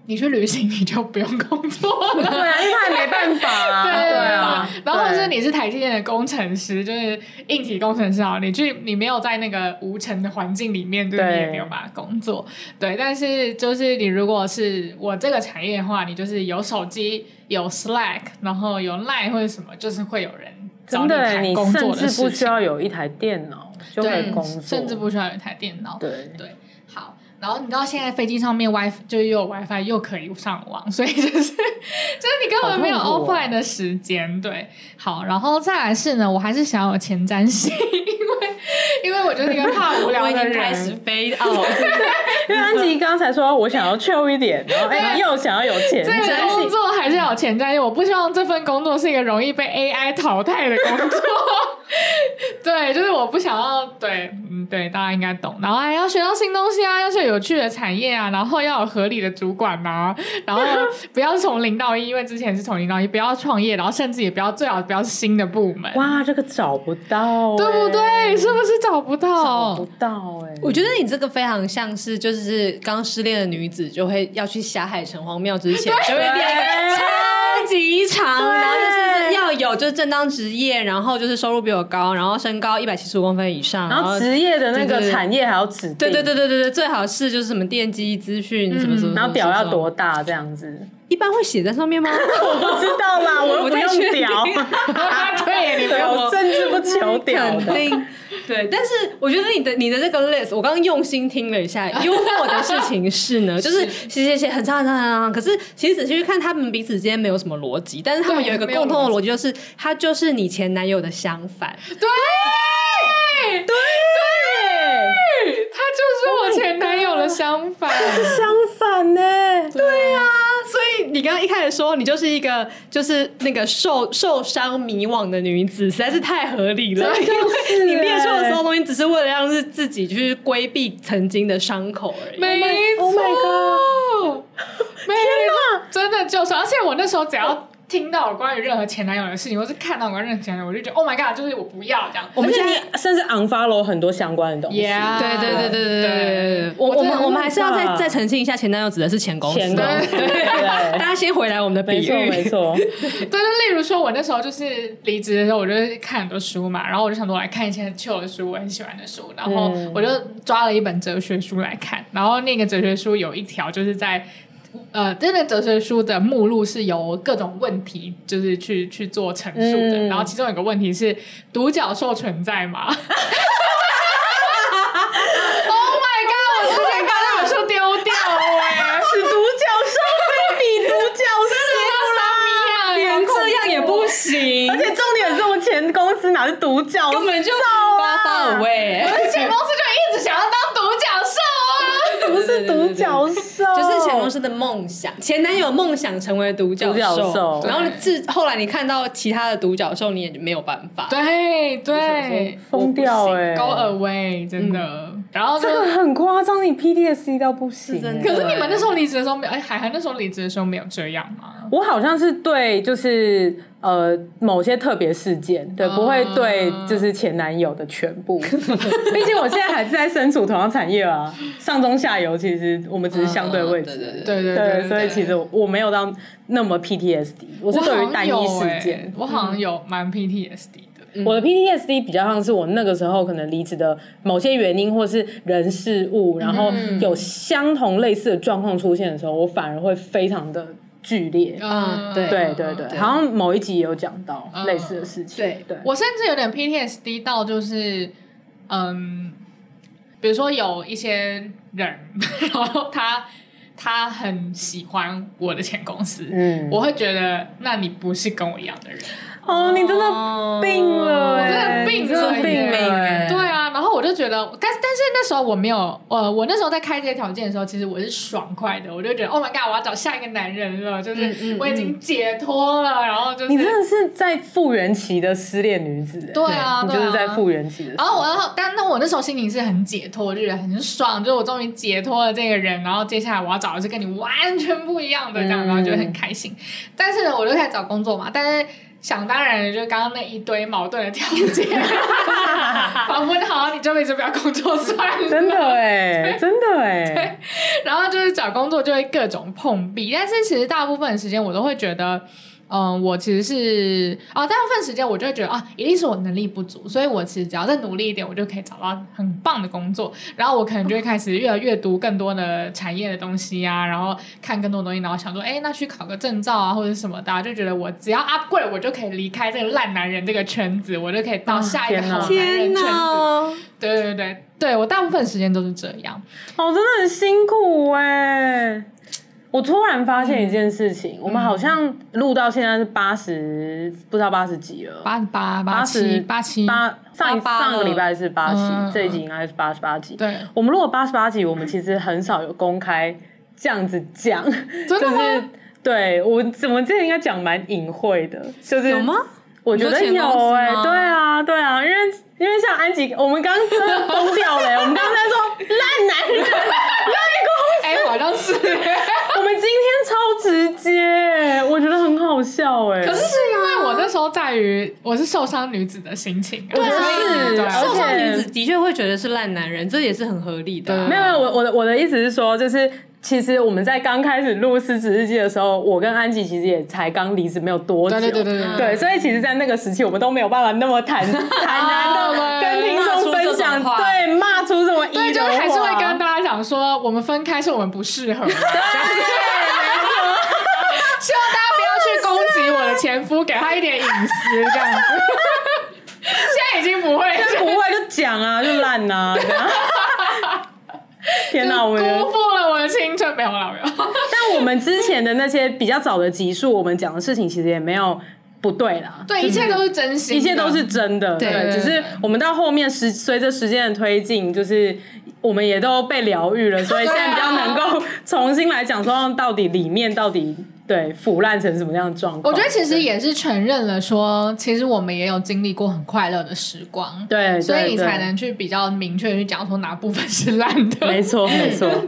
Speaker 4: 你去旅行你就不用工作 了。
Speaker 2: 对啊，因为他也没办法啊，
Speaker 4: 对
Speaker 2: 对啊。
Speaker 4: 然后或者
Speaker 2: 对
Speaker 4: 是你是台积电的工程师，就是硬体工程师啊，你去你没有在那个无尘的环境里面，就是
Speaker 2: 对
Speaker 4: 你也没有办法工作。对，但是就是你如果是我这个产业的话，你就是有手机、有 Slack，然后有 Line 或者什么，就是会有人找
Speaker 2: 真的，
Speaker 4: 谈
Speaker 2: 你
Speaker 4: 工
Speaker 2: 甚
Speaker 4: 作的
Speaker 2: 至不需
Speaker 4: 事情，
Speaker 2: 要有一台电脑就可以
Speaker 4: 对
Speaker 2: 工，作，
Speaker 4: 甚至不需要有一台电脑。
Speaker 2: 对。
Speaker 4: 对，好。然后你知道现在飞机上面 WiFi 就是又有 WiFi 又可以上网，所以就是 就是你根本没有
Speaker 2: 好痛苦哦
Speaker 4: offline 的时间。对，好，然后再来是呢，我还是想要有前瞻性， 因为因为我就是一个怕无
Speaker 3: 我
Speaker 4: 聊
Speaker 3: 已
Speaker 4: 的
Speaker 3: 经开始
Speaker 4: 人。
Speaker 3: 飞哦，
Speaker 2: 因为安吉刚才说我想要 chill 一 点，然后哎又想要有钱，
Speaker 4: 这
Speaker 2: 真
Speaker 4: 个工
Speaker 2: 是
Speaker 4: 作还是要有前瞻性，我不希望这份工作是一个容易被 AI 淘汰的工作。 对，就是我不想要，对，嗯，对，大家应该懂。然后还要学到新东西啊，要学有趣的产业啊，然后要有合理的主管啊，然后不要从零到一，因为之前是从零到一，不要创业，然后甚至也不要最好不要是新的部门，
Speaker 2: 哇，这个找不到、
Speaker 4: 对不
Speaker 2: 哎
Speaker 4: 对？是不是找不
Speaker 2: 找
Speaker 4: 到
Speaker 2: 不？到哎、
Speaker 3: 我觉得你这个非常像是就是刚失恋的女子就会要去霞海城隍庙之前就会练超级长，然后就是要有就是正当职业，然后就是收入比我高，然后身高一百七十五公分以上，
Speaker 2: 然后
Speaker 3: 对
Speaker 2: 职业的那
Speaker 3: 对对
Speaker 2: 个
Speaker 3: 对
Speaker 2: 产业还要指定，
Speaker 3: 对对对对对，最好是就是什么电机资讯什么什
Speaker 2: 嗯
Speaker 3: 么，
Speaker 2: 然后屌要，多大这样子？
Speaker 3: 一般会写在 上面吗？
Speaker 2: 我不知道 啦，我又
Speaker 3: 我
Speaker 2: 不
Speaker 3: 太
Speaker 2: 用
Speaker 3: 确定
Speaker 2: 屌，啊
Speaker 4: 对， 你不
Speaker 2: 对
Speaker 4: 用
Speaker 2: 我甚至不求屌
Speaker 3: 肯
Speaker 2: 的。
Speaker 3: 定。 对，但是我觉得你的你的这个 list，我刚刚用心听了一下，幽默的事情是呢，就是写写写很长很长很长，可是其实仔细去看，他们彼此之间没有什么逻辑，但是他们
Speaker 4: 对
Speaker 3: 有一个
Speaker 4: 没有
Speaker 3: 共通的逻辑，就是他就是你前男友的相反，
Speaker 4: 对
Speaker 2: 对，
Speaker 4: 对，他就是我前男友的相 反。
Speaker 2: 相反呢、
Speaker 4: 对呀、
Speaker 3: 啊所以你刚刚一开始说你就是一个就是那个受受伤迷惘的女子，实在是太合理了。
Speaker 2: 真的是
Speaker 3: 你练出的
Speaker 2: 欸
Speaker 3: 所有东西，只是为了让自己去规避曾经的伤口而已。
Speaker 4: 没错
Speaker 2: Oh my god！
Speaker 4: 没错，真的就是，而且我那时候只要听到有关于任何前男友的事情，或是看到有关于任何前男友，我就觉得 Oh my god，就是我不要这样。
Speaker 2: 我们现在甚至 unfollow 很多相关的东西。
Speaker 4: Yeah，
Speaker 3: 对对对对对对对，我
Speaker 4: 我
Speaker 3: 我
Speaker 4: 真的
Speaker 3: 们我们还是要再
Speaker 2: 很怕
Speaker 3: 再澄清一下，前男友指哦的是前公司。
Speaker 2: 前公司
Speaker 3: 对
Speaker 2: 对
Speaker 3: 大 家先回来我们的
Speaker 2: 没
Speaker 3: 比
Speaker 2: 错没
Speaker 3: 喻。
Speaker 2: 错，
Speaker 4: 对，就例如说，我那时候就是离职的时候，我就是看很多书嘛，然后我就想说，我来看一些很旧的书，我很喜欢的书，然后
Speaker 2: 嗯
Speaker 4: 我就抓了一本哲学书来看，然后那个哲学书有一条就是在。呃，真的哲学书的目录是由各种问题，就是去去做陈述的。
Speaker 2: 嗯
Speaker 4: 然后其中有一个问题是：独角兽存在吗 ？Oh my god！我之前把那本书丢掉了、 欸，
Speaker 2: 是独角兽非比独角兽啦，
Speaker 4: 哎呀，
Speaker 2: 连这样也不
Speaker 3: 行
Speaker 2: 而且重点是我前公司哪是独角兽，
Speaker 3: 根本就
Speaker 2: 啊
Speaker 3: 发发 away。
Speaker 4: 我的前公司就一直想要当独角兽啊。
Speaker 2: 不是独角兽，
Speaker 3: 就是前公司的梦想，前男友梦想成为独角
Speaker 2: 独角
Speaker 3: 兽
Speaker 2: 兽，
Speaker 3: 然后
Speaker 4: 对
Speaker 3: 自后来你看到其他的独角兽，你
Speaker 2: 啊
Speaker 3: 也没有办法。
Speaker 4: 对对，
Speaker 2: 疯掉哎、
Speaker 4: Go away，真的。然后就
Speaker 2: 这个很夸张，你 PTSD 到不行、欸
Speaker 6: 真
Speaker 4: 可
Speaker 6: 的
Speaker 4: 是你们那时候离职的时候没有？哎，海涵那时候离职的时候没有这样吗？
Speaker 2: 我好像是对，就是呃某些特别事件，对，不会对就是前男友的全部。 毕竟我现在还是在身处同样产业啊，上中下游其实我们只是相对位置。
Speaker 3: 嗯对对对
Speaker 4: 对对
Speaker 2: 对，
Speaker 4: 对，
Speaker 2: 所以
Speaker 4: 对
Speaker 2: 其实我我没有到那么 PTSD，我是
Speaker 4: 我
Speaker 2: 对于
Speaker 4: 好
Speaker 2: 单
Speaker 4: 像
Speaker 2: 一
Speaker 4: 有
Speaker 2: 事
Speaker 4: 欸
Speaker 2: 件，
Speaker 4: 我好像有蛮 PTSD 的。
Speaker 2: 我的 PTSD 比较像是我那个时候可能离职的某些原因，或是人事物，然后
Speaker 4: 嗯
Speaker 2: 有相同类似的状况出现的时候，我反而会非常的剧烈。
Speaker 4: 哦
Speaker 3: 嗯对
Speaker 2: 对
Speaker 4: 呃
Speaker 2: 对对，好像某一集也有讲到
Speaker 4: 嗯
Speaker 2: 类似的事情。
Speaker 3: 对
Speaker 2: 对，
Speaker 4: 我甚至有点 PTSD 到就是，嗯，比如说有一些人， 然后他他很喜欢我的前公司，
Speaker 2: 嗯，
Speaker 4: 我会觉得那你不是跟我一样的人，
Speaker 2: 哦，
Speaker 3: 嗯
Speaker 2: 你真的病
Speaker 3: 哦
Speaker 2: 了
Speaker 4: 我真
Speaker 2: 欸，
Speaker 4: 的病
Speaker 2: 你真的
Speaker 4: 了耶，
Speaker 2: 病了，
Speaker 3: 欸
Speaker 4: 对，啊，然后我就觉得，但但是那时候我没有，呃，我那时候在开这些条件的时候，其实我是爽快的，我就觉得 Oh my God，我要找下一个男人了，
Speaker 2: 嗯
Speaker 4: 就是我已经解脱了，然后就是
Speaker 2: 你真的是在复原期的失恋女子欸。
Speaker 4: 对啊，
Speaker 2: 你
Speaker 4: 对啊哦
Speaker 2: 就是在复原期的时候。
Speaker 4: 然后我，然后，但那我那时候心情是很解脱，我就觉得很爽，就是我终于解脱了这个人，然后接下来我要找的是跟你完全不一样的这
Speaker 2: 嗯
Speaker 4: 样，然后就很开心。但是呢，我就开始找工作嘛，但是想当然的，就是刚刚那一堆矛盾的条件， 仿佛好，你这辈子不要工作算了，
Speaker 2: 真的哎、真的哎、
Speaker 4: 然后就是找工作就会各种碰壁，但是其实大部分的时间我都会觉得，嗯，我其实是啊、大部分时间我就会觉得啊，一定是我能力不足，所以我其实只要再努力一点，我就可以找到很棒的工作。然后我可能就会开始越来越读更多的产业的东西啊，然后看更多东西，然后想说，哎，那去考个证照啊，或者什么的啊、就觉得我只要 upgrade，我就可以离开这个烂男人这个圈子，我就可以到下一个
Speaker 2: 天哪
Speaker 4: 好男
Speaker 6: 天
Speaker 4: 人圈子。
Speaker 6: 哪！
Speaker 4: 对对对对，对我大部分时间都是这样。
Speaker 2: 哦，真的很辛苦哎、我突然发现一件事情，我们好像录到现在是八十，不知道八十几了，
Speaker 4: 八十八、
Speaker 2: 八
Speaker 4: 七、
Speaker 2: 十
Speaker 4: 八七，
Speaker 2: 八上一
Speaker 3: 八八了
Speaker 2: 上个礼拜是八
Speaker 4: 嗯
Speaker 2: 七，这一集应该是八十八集。
Speaker 4: 对，
Speaker 2: 我们如果八十八集，我们其实很少有公开这样子讲，
Speaker 4: 真的
Speaker 2: 就
Speaker 4: 吗？
Speaker 2: 是对我怎么之前应该讲蛮隐晦的，就是
Speaker 6: 有吗？
Speaker 2: 我觉得
Speaker 6: 你说前公
Speaker 2: 有
Speaker 6: 司
Speaker 2: 哎、
Speaker 6: 吗
Speaker 2: 对啊，对啊，因为因为像安吉，我们刚刚真的疯掉了欸、我们刚刚在说烂男人，
Speaker 4: 哎、好像是，可
Speaker 2: 我们今天超直接欸，我觉得很好笑哎、
Speaker 4: 是是因为我那时候在于我是受伤女子的心情、啊，
Speaker 2: 我觉得
Speaker 4: 对啊
Speaker 2: 是，
Speaker 3: 受伤女
Speaker 2: 而且
Speaker 3: 子的确会觉得是烂男人，这也是很合理的啊。
Speaker 2: 没有没有，我我的我的意思是说，就是其实我们在刚开始录《失职日记》的时候，我跟安吉其实也才刚离职没有多久，
Speaker 4: 对对对对
Speaker 2: 对所以其实，在那个时期，我们都没有办法那么坦坦
Speaker 4: 啊
Speaker 2: 然的跟听众分享，
Speaker 3: 骂出这种话
Speaker 2: 对，骂出这么一
Speaker 4: 对，就
Speaker 2: 的
Speaker 4: 还是会
Speaker 2: 话
Speaker 4: 跟大家讲说，我们分开是我们不适合，希望大 家不要去攻击我的前夫，给他一点隐私这样子。现在已经不会
Speaker 2: 不会就讲啊，就烂呐、啊。这 样天哪，我们
Speaker 4: 辜负了我的青春，没有啦，没有。
Speaker 2: 但我们之前的那些比较早的集数，我们讲的事情其实也没有不对啦。
Speaker 4: 对，一切都是真心，
Speaker 2: 一切都是真的，
Speaker 4: 对对
Speaker 2: 只是我们到后面时随着时间的推进，就是我们也都被疗愈了，所以现在比较能够重新来讲说到底里面到底对腐烂成什么样的状
Speaker 4: 我
Speaker 2: 况。
Speaker 4: 觉得其实也是承认了说，其实我们也有经历过很快乐的时光，
Speaker 2: 对，对
Speaker 4: 所以你
Speaker 2: 哎对
Speaker 4: 才能去比较明确地去讲说哪部分是烂的。
Speaker 2: 没错嗯没错，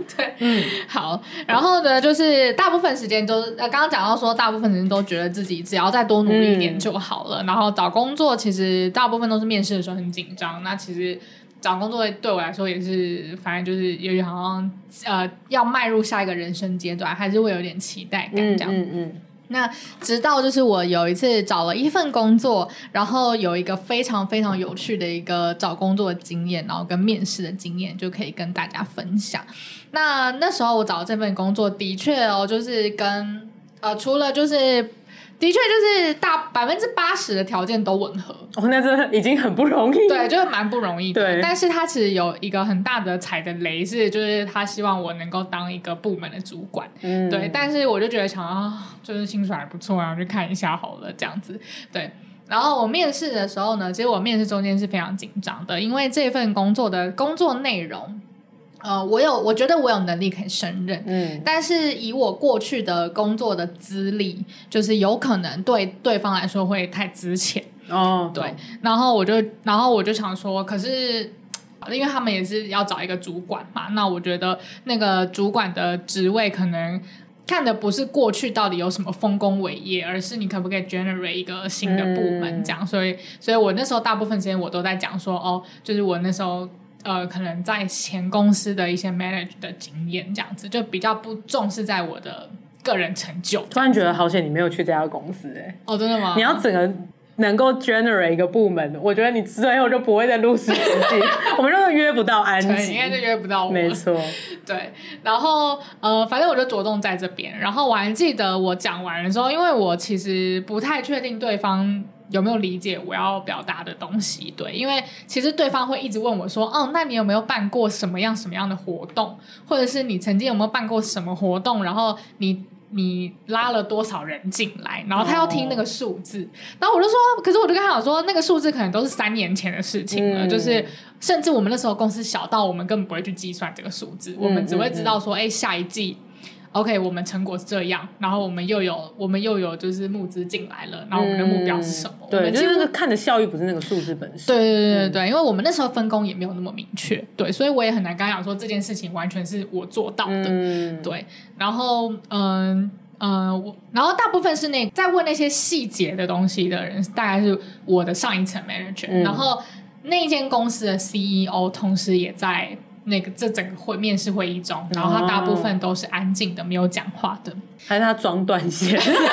Speaker 4: 好，然后呢，就是大部分时间都呃，刚刚讲到说，大部分人都觉得自己只要再多努力一
Speaker 2: 嗯
Speaker 4: 点就好了。然后找工作，其实大部分都是面试的时候很紧张。那其实找工作对我来说也是，反正就是有点好像呃，要迈入下一个人生阶段，还是会有点期待感
Speaker 2: 嗯
Speaker 4: 这样。
Speaker 2: 嗯嗯，
Speaker 4: 那直到就是我有一次找了一份工作，然后有一个非常非常有趣的一个找工作的经验，然后跟面试的经验就可以跟大家分享。那那时候我找这份工作的确哦，就是跟呃，除了就是的确就是大百分之八十的条件都吻合，
Speaker 2: 哦，那真的已经很不容易，
Speaker 4: 对，就是蛮不容易的。
Speaker 2: 对
Speaker 4: 但是他其实有一个很大的踩的雷是，就是他希望我能够当一个部门的主管，
Speaker 2: 嗯
Speaker 4: 对。但是我就觉得想啊，就是薪水还不错啊，我去看一下好了，这样子，对。然后我面试的时候呢，其实我面试中间是非常紧张的，因为这份工作的工作内容，呃，我有我觉得我有能力可以胜任，
Speaker 2: 嗯
Speaker 4: 但是以我过去的工作的资历，就是有可能对对方来说会太值钱。
Speaker 2: 哦，
Speaker 4: 对，然后我就，然后我就想说，可是因为他们也是要找一个主管嘛。那我觉得那个主管的职位可能看的不是过去到底有什么丰功伟业，而是你可不可以 generate 一个新的部
Speaker 2: 嗯
Speaker 4: 门这样。所以，所以我那时候大部分时间我都在讲说，哦，就是我那时候。呃，可能在前公司的一些 manage 的经验，这样子就比较不重视在我的个人成就。
Speaker 2: 突然觉得好险，你没有去这家公司哎、
Speaker 4: 哦，真的吗？
Speaker 2: 你要整个能够 generate 一个部门，我觉得你最后就不会再录死自 己，我们就约不到安
Speaker 4: 对，应
Speaker 2: 吉。
Speaker 4: 该就约不到我。
Speaker 2: 没错，
Speaker 4: 对，然后呃，反正我就着重在这边。然后我还记得我讲完了之后，因为我其实不太确定对方有没有理解我要表达的东西。对，因为其实对方会一直问我说：“哦，那你有没有办过什么样什么样的活动？或者是你曾经有没有办过什么活动？然后你。”你拉了多少人进来？然后他要听那个数字，然后我就说，可是我就跟他讲说，那个数字可能都是三年前的事情了，
Speaker 2: 嗯
Speaker 4: 就是甚至我们那时候公司小到我们根本不会去计算这个数
Speaker 2: 嗯
Speaker 4: 字，我们只会知道说，哎、下一季。OK，我们成果是这样，然后我
Speaker 2: 嗯
Speaker 4: 们又有我们又有就是募资进来了，然后我们的目标是什么？
Speaker 2: 嗯
Speaker 4: 我
Speaker 2: 对，
Speaker 4: 们
Speaker 2: 就
Speaker 4: 基
Speaker 2: 是
Speaker 4: 本
Speaker 2: 那个嗯看的效益不是那个数字本身。
Speaker 4: 对对对对对，因为我们那时候分工也没有那么明确，对，所以我也很难跟他讲说这件事情完全是我做到的，
Speaker 2: 嗯，
Speaker 4: 对，然后嗯嗯，我然后大部分是那在问那些细节的东西的人，大概是我的上一层 manager，、
Speaker 2: 嗯
Speaker 4: 然后那一间公司的 CEO，同时也在那个这整个会面试会议中，然后他大
Speaker 2: 哦
Speaker 4: 部分都是安静的，没有讲话的，
Speaker 2: 还是他装断 线。嗯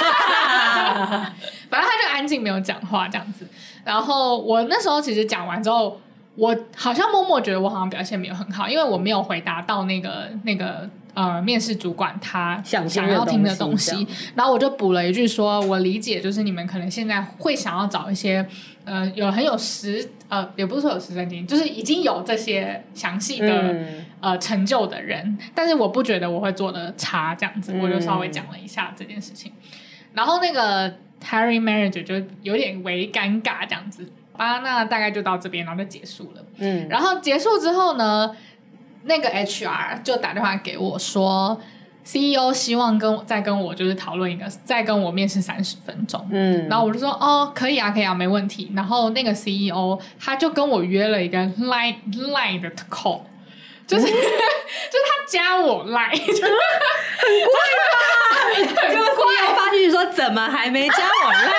Speaker 4: 反正他就安静没有讲话这样子。然后我那时候其实讲完之后，我好像默默觉得我好像表现没有很好，因为我没有回答到那个那个呃面试主管他
Speaker 2: 想听
Speaker 4: 想
Speaker 2: 的
Speaker 4: 要听的
Speaker 2: 东
Speaker 4: 东
Speaker 2: 西
Speaker 4: 西。然后我就补了一句说，我理解就是你们可能现在会想要找一些呃有很有实呃也不是说有实证经验，就是已经有这些详细的。
Speaker 2: 嗯，
Speaker 4: 呃成就的人，但是我不觉得我会做的差，这样子
Speaker 2: 嗯
Speaker 4: 我就稍微讲了一下这件事情。然后那个 Harry manager 就有点微尴尬这样子，啊，那大概就到这边，然后就结束了。
Speaker 2: 嗯，
Speaker 4: 然后结束之后呢，那个 HR 就打电话给我说。CEO 希望跟我再跟我就是讨论一个，再跟我面试三十分钟。
Speaker 2: 嗯，
Speaker 4: 然后我就说哦，可以啊，可以啊，没问题。然后那个 CEO 他就跟我约了一个 line line 的 call，就
Speaker 2: 嗯
Speaker 4: 是 就是他加我 line，就是
Speaker 6: 就是我
Speaker 3: 啊
Speaker 6: 发讯息说怎么还没加我赖？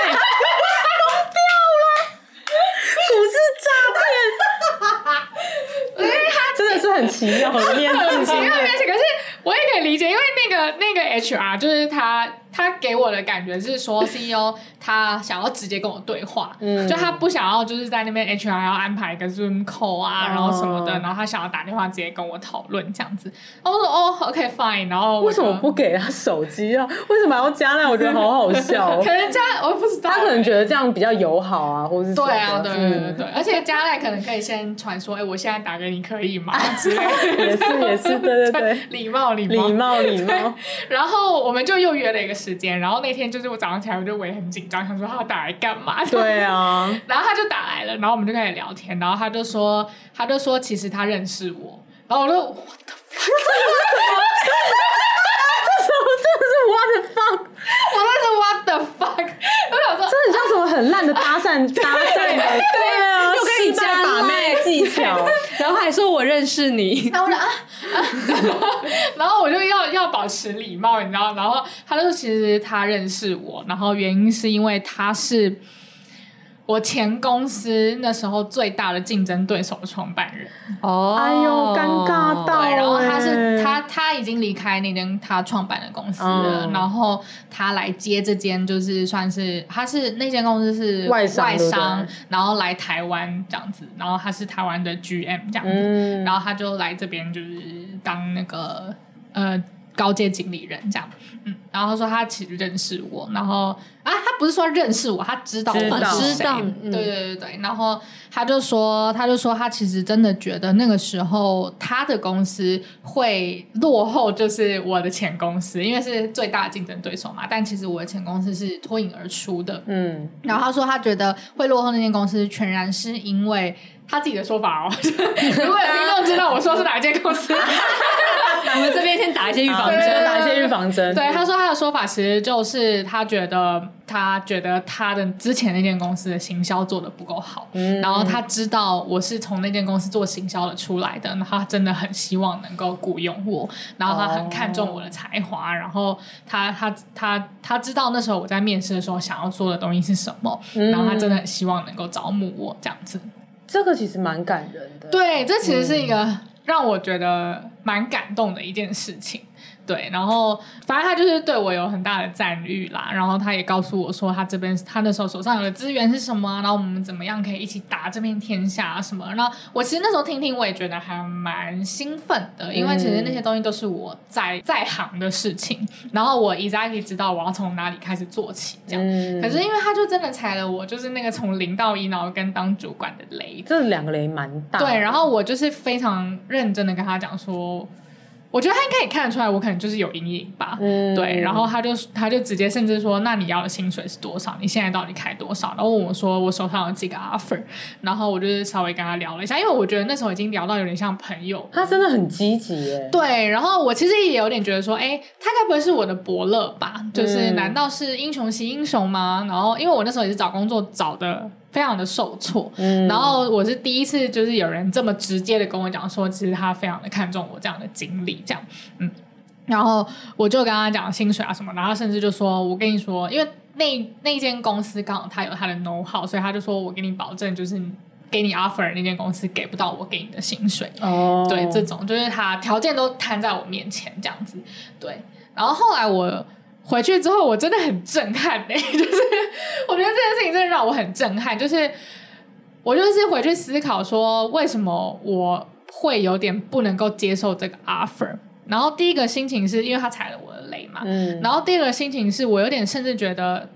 Speaker 2: 真的是很奇妙的面试
Speaker 4: 奇
Speaker 2: 经
Speaker 4: 妙
Speaker 2: 验。
Speaker 4: 面试，可是我也可以理解，因为那个那个 HR 就是他，他给我的感觉是说 CEO 他想要直接跟我对话，
Speaker 2: 嗯
Speaker 4: 就他不想要就是在那边 HR 要安排一个 Zoom call 啊，然后什么的，
Speaker 2: 哦
Speaker 4: 然后他想要打电话直接跟我讨论这样子。然后我说哦，OK fine，然后我
Speaker 2: 为什么
Speaker 4: 就
Speaker 2: 不给他手机啊？为什么要加那？我觉得好好笑哦。
Speaker 4: 可能这样我不知道欸，
Speaker 2: 他可能觉得这样比较友好啊，或是什么的
Speaker 4: 对啊，对对对对
Speaker 2: 嗯
Speaker 4: 对，而且加赖可能可以先传说，哎，我现在打给你可以吗？之类的，
Speaker 2: 嗯也是 也是，对对对，
Speaker 4: 礼貌礼
Speaker 2: 礼
Speaker 4: 貌。
Speaker 2: 貌礼貌。
Speaker 4: 然后我们就又约了一个时间，然后那天就是我早上起来我就我也很紧张，想说他打来干嘛？
Speaker 2: 对。啊，
Speaker 4: 然后他就打来了，然后我们就开始聊天，然后他就说，他就说其实他认识我，然后我就 what the fuck？
Speaker 2: 这真的是 what the fuck，
Speaker 4: 我那是 what the fuck？我想说
Speaker 2: 这很像什么很烂的搭 讪
Speaker 4: 啊
Speaker 2: 搭讪的，对啊，
Speaker 6: 又跟你
Speaker 2: 失败
Speaker 6: 加
Speaker 2: 把妹技巧。
Speaker 6: 然后还说我认识 你，
Speaker 4: 然后我就啊啊， 然后我就要要保持礼貌，你知道？然后他就说，其实他认识我，然后原因是因为他是我前公司那时候最大的竞争对手的创办人，
Speaker 6: 哦，
Speaker 2: 哎呦，尴尬 到
Speaker 4: 对，
Speaker 2: 欸。
Speaker 4: 然后他是他他已经离开那间他创办的公司了，
Speaker 2: 嗯
Speaker 4: 然后他来接这间就是算是他是那间公司是
Speaker 2: 外商
Speaker 4: 外
Speaker 2: 对不
Speaker 4: 商
Speaker 2: 对
Speaker 4: 然后来台湾这样子，然后他是台湾的 GM 这样子，
Speaker 2: 嗯
Speaker 4: 然后他就来这边就是当那个呃高阶经理人这样，嗯，然后他说他其实认识我，然后啊，他不是说认识我，他知道我
Speaker 2: 知道
Speaker 4: 是
Speaker 3: 知
Speaker 4: 谁
Speaker 3: 道嗯
Speaker 4: 对对对对，然后他就说他就说他其实真的觉得那个时候他的公司会落后，就是我的前公司，因为是最大的竞争对手嘛，但其实我的前公司是脱颖而出的，
Speaker 2: 嗯，
Speaker 4: 然后他说他觉得会落后那间公司，全然是因 为他自己的说法哦。如果有听众知道我说是哪一间公司，
Speaker 3: 我们这边先打一些预防
Speaker 2: 好
Speaker 4: 对
Speaker 2: 先
Speaker 3: 针。
Speaker 2: 打一些预防针。
Speaker 4: 对，他说他的说法其实就是他觉得他觉得他的之前那间公司的行销做的不够好，然后他知道我是从那间公司做行销的出来的，然后他真的很希望能够雇佣我，然后他很看重我的才华，然后他他他他知道那时候我在面试的时候想要做的东西是什么，然后他真的很希望能够招募我这样子。
Speaker 2: 这个其实蛮感人的。嗯
Speaker 4: 对，啊这其实是一个让我觉得蛮感动的一件事情。对，然后反正他就是对我有很大的赞誉啦，然后他也告诉我说，他这边他那时候手上有的资源是什么啊，然后我们怎么样可以一起打这片天下啊什么。然后我其实那时候听听，我也觉得还蛮兴奋的，因为其实那
Speaker 2: 嗯
Speaker 4: 些东西都是我在在行的事情，然后我 exactly 知道我要从哪里开始做起这样。
Speaker 2: 嗯，
Speaker 4: 可是因为他就真的踩了我，就是那个从零到一，然后跟当主管的雷，
Speaker 2: 这两个雷蛮大的。
Speaker 4: 对，然后我就是非常认真的跟他讲说，我觉得他应该也看得出来，我可能就是有阴影吧。
Speaker 2: 嗯
Speaker 4: 对，然后他就他就直接甚至说，那你要的薪水是多少？你现在到底开多少？然后问我说，我手上有几个 offer？然后我就是稍微跟他聊了一下，因为我觉得那时候已经聊到有点像朋友。
Speaker 2: 他真的很积极耶。
Speaker 4: 对，然后我其实也有点觉得说，哎，他该不会是我的伯乐吧？就是
Speaker 2: 嗯
Speaker 4: 难道是英雄惜英雄吗？然后因为我那时候也是找工作找的非常的受挫，
Speaker 2: 嗯
Speaker 4: 然后我是第一次，就是有人这么直接的跟我讲说，其实他非常的看重我这样的经历，这样，嗯，然后我就跟他讲薪水啊什么，然后甚至就说，我跟你说，因为那那间公司刚好他有他的 know how，所以他就说我给你保证，就是给你 offer 那间公司给不到我给你的薪水，
Speaker 2: 哦，
Speaker 4: 对，这种就是他条件都摊在我面前这样子，对。然后后来我回去之后，我真的很震撼哎、 就是我觉得这件事情真的让我很震撼，就是我就是回去思考说，为什么我会有点不能够接受这个 offer。然后第一个心情是因为他踩了我的雷嘛，
Speaker 2: 嗯，
Speaker 4: 然后第二个心情是我有点甚至觉得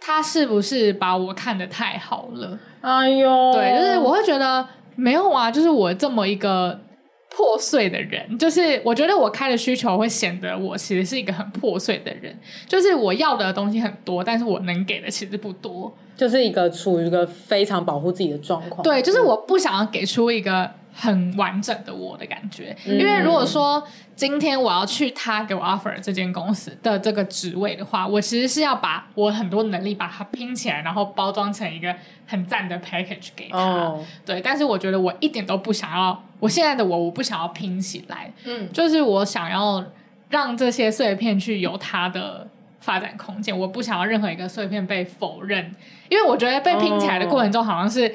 Speaker 4: 他是不是把我看得太好了。
Speaker 2: 哎呦，
Speaker 4: 对，就是我会觉得没有啊，就是我这么一个破碎的人，就是我觉得我开的需求会显得我其实是一个很破碎的人，就是我要的东西很多，但是我能给的其实不多。
Speaker 2: 就是一个处于一个非常保护自己的状况。
Speaker 4: 对，就是我不想要给出一个很完整的我的感觉，因为如果说今天我要去他给我 offer 的这间公司的这个职位的话，我其实是要把我很多能力把它拼起来，然后包装成一个很赞的 package 给他。
Speaker 2: 哦，
Speaker 4: 对，但是我觉得我一点都不想要，我现在的我，我不想要拼起来，
Speaker 3: 嗯，
Speaker 4: 就是我想要让这些碎片去有它的发展空间，我不想要任何一个碎片被否认，因为我觉得被拼起来的过
Speaker 2: 哦
Speaker 4: 程中，好像是、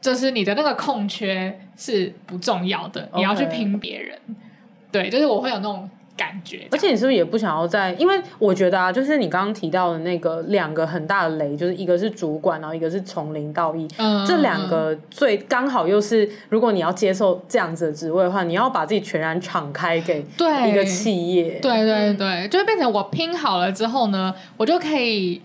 Speaker 4: 就是你的那个空缺是不重要的，你要去
Speaker 2: OK
Speaker 4: 拼别人，对，就是我会有那种感觉，
Speaker 2: 而且你是不是也不想要在？因为我觉得啊，就是你刚刚提到的那个两个很大的雷，就是一个是主管，然后一个是从零到一。
Speaker 4: 嗯
Speaker 2: 这两个最刚好又是，如果你要接受这样子的职位的话，你要把自己全然敞开给
Speaker 4: 对
Speaker 2: 一个企业。
Speaker 4: 对对对，就会变成我拼好了之后呢，我就可以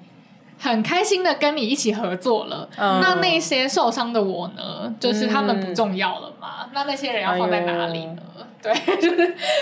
Speaker 4: 很开心的跟你一起合作了。
Speaker 2: 嗯
Speaker 4: 那那些受伤的我呢，就是他们不重要了嘛？
Speaker 3: 嗯
Speaker 4: 那那些人要放在哪里呢？
Speaker 3: 哎
Speaker 4: 对， 就是，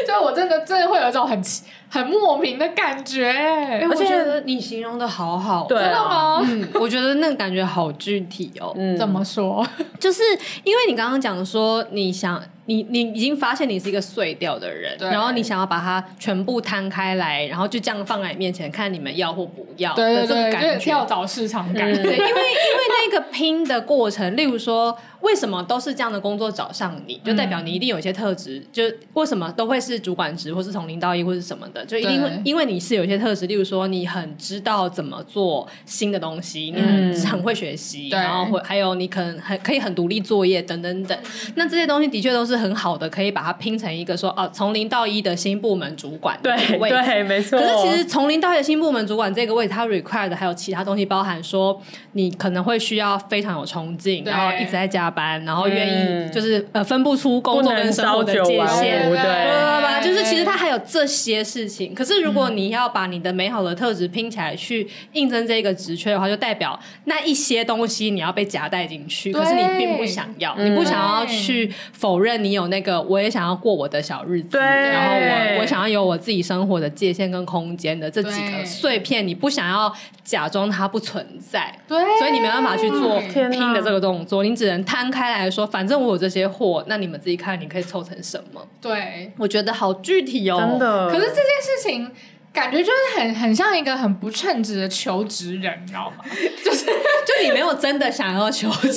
Speaker 4: 就我真的真的会有一种很奇很莫名的感觉、
Speaker 3: 哎，我
Speaker 2: 而且
Speaker 3: 觉得你形容的好好，哦
Speaker 2: 对啊
Speaker 4: 真的吗？
Speaker 3: 嗯，我觉得那个感觉好具体哦，
Speaker 2: 嗯，
Speaker 4: 怎么说？
Speaker 3: 就是因为你刚刚讲说，你想你你已经发现你是一个碎掉的人，
Speaker 4: 对
Speaker 3: 然后你想要把它全部摊开来，然后就这样放在你面前，看你们要或不要
Speaker 4: 对
Speaker 3: 的这个
Speaker 4: 对对，有点
Speaker 3: 感
Speaker 4: 跳
Speaker 3: 觉。嗯
Speaker 4: 蚤市场感。
Speaker 3: 对，因为因为那个拼的过程，例如说，为什么都是这样的工作找上你，就代表你一定有一些特质，就为什么都会是主管职，或是从零到一，或是什么的，就一定会
Speaker 4: 对
Speaker 3: 因为你是有一些特质，例如说你很知道怎么做新的东西，你很、很会学习，
Speaker 4: 对
Speaker 3: 然后会还有你可能很可以很独立作业等等等。那这些东西的确都是很好的，可以把它拼成一个说哦，从零到一的新部门主管的这
Speaker 2: 对
Speaker 3: 个位置
Speaker 2: 对，没错。
Speaker 3: 可是其实从零到一的新部门主管这个位置，它 require 的还有其他东西，包含说你可能会需要非常有冲劲，
Speaker 4: 对
Speaker 3: 然后一直在加班，然后愿
Speaker 2: 嗯
Speaker 3: 意就是、呃分不出工
Speaker 2: 不
Speaker 3: 作
Speaker 2: 能
Speaker 3: 跟生活
Speaker 2: 朝
Speaker 3: 的
Speaker 2: 九
Speaker 3: 界
Speaker 2: 晚
Speaker 3: 限。
Speaker 2: 五，
Speaker 4: 对
Speaker 3: 叭
Speaker 2: 对。嗯
Speaker 3: 叭叭，就是其实它还有这些事情。可是如果你要把你的美好的特质拼起来去应征这个职缺的话，就代表那一些东西你要被夹带进去，
Speaker 4: 对
Speaker 3: 可是你并不想要，
Speaker 2: 嗯
Speaker 3: 你不想要
Speaker 4: 对
Speaker 3: 去否认你有那个我也想要过我的小日子，
Speaker 2: 对
Speaker 3: 然后我我想要有我自己生活的界限跟空间的这几
Speaker 4: 对
Speaker 3: 个碎片，你不想要假装它不存在，
Speaker 4: 对，
Speaker 3: 所以你没办法去做
Speaker 2: 天哪
Speaker 3: 拼的这个动作，你只能摊开来说，反正我有这些货，那你们自己看，你可以凑成什么。
Speaker 4: 对
Speaker 3: 我觉得好好具体哦，
Speaker 2: 真的。
Speaker 4: 可是这件事情。感觉就是很很像一个很不称职的求职人，你知道吗？
Speaker 3: 就你没有真的想要求职，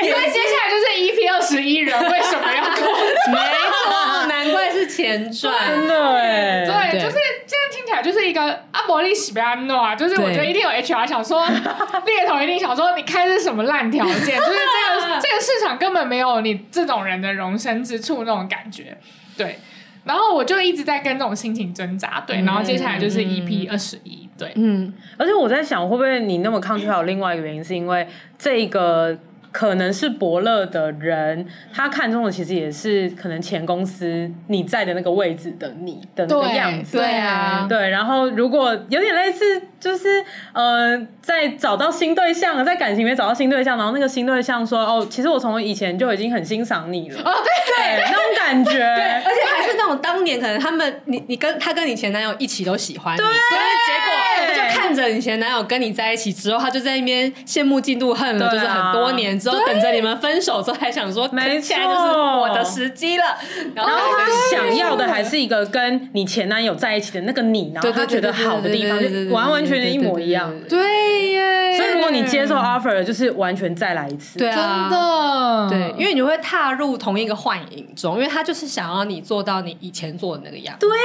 Speaker 4: 因为接下来就是 EP 二十一人为什么要过？
Speaker 3: 没错，难怪是前
Speaker 2: 真
Speaker 3: 传。
Speaker 2: 的哎，
Speaker 3: 对
Speaker 4: 对，就是这样听起来就是一个啊阿伯利喜被他弄啊，就是我觉得一定有 HR 想说，猎头一定想说你开的是什么烂条件，就是这个这个市场根本没有你这种人的容身之处那种感觉，对。然后我就一直在跟这种心情挣扎，对。然后接下来就是 EP 二十一，对。
Speaker 2: 嗯，而且我在想，会不会你那么抗拒，还有另外一个原因，是因为这个可能是伯乐的人，他看中的其实也是可能前公司你在的那个位置的你的那个样子。
Speaker 4: 对啊，
Speaker 2: 对，然后如果有点类似，就是呃，在找到新对象了，在感情里面找到新对象，然后那个新对象说：“哦，其实我从以前就已经很欣赏你了。”哦，对对，那种感 觉。
Speaker 3: 而且还是那种当年可能他们你你跟他跟你前男友一起都喜欢你，对，但是结果他就看着你前男友跟你在一起之后，他就在那边羡慕嫉妒恨了，
Speaker 2: 对啊
Speaker 3: 就是很多年之后等着你们分手之后，还想说，
Speaker 2: 没错
Speaker 3: 现在就是我的时机了，然后
Speaker 2: 然后
Speaker 3: 还
Speaker 2: 他想要的还是一个跟你前男友在一起的那个你，然后
Speaker 3: 对
Speaker 2: 他觉得好的地方，
Speaker 3: 对对对对对
Speaker 2: 就完完全全一模一样。
Speaker 3: 对耶，
Speaker 2: 所以如果你接受 offer，了就是完全再来一次。
Speaker 3: 对啊，
Speaker 4: 真的，
Speaker 3: 对，因为你会踏入同一个幻影中，因为他就是想要你做到你以前做的那个样子。
Speaker 2: 对，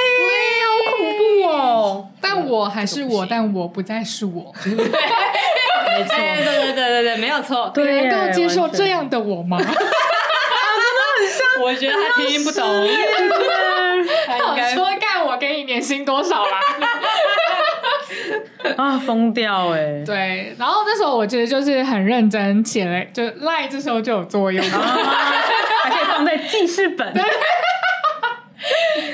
Speaker 2: 好恐怖哦！
Speaker 4: 但我还是我，但我不再是我。
Speaker 2: 没错，
Speaker 3: 哎对对对对对对，没有错。
Speaker 2: 对耶，
Speaker 4: 能够接受
Speaker 2: 完全
Speaker 4: 这样的我吗？
Speaker 3: 我觉得他听不懂，
Speaker 4: 我说干，我给你年薪多少啦？
Speaker 2: 啊，疯掉哎！
Speaker 4: 对，然后那时候我其实就是很认真写了，就赖这时候就有作用，
Speaker 2: 啊还可以放在记事本。
Speaker 4: 就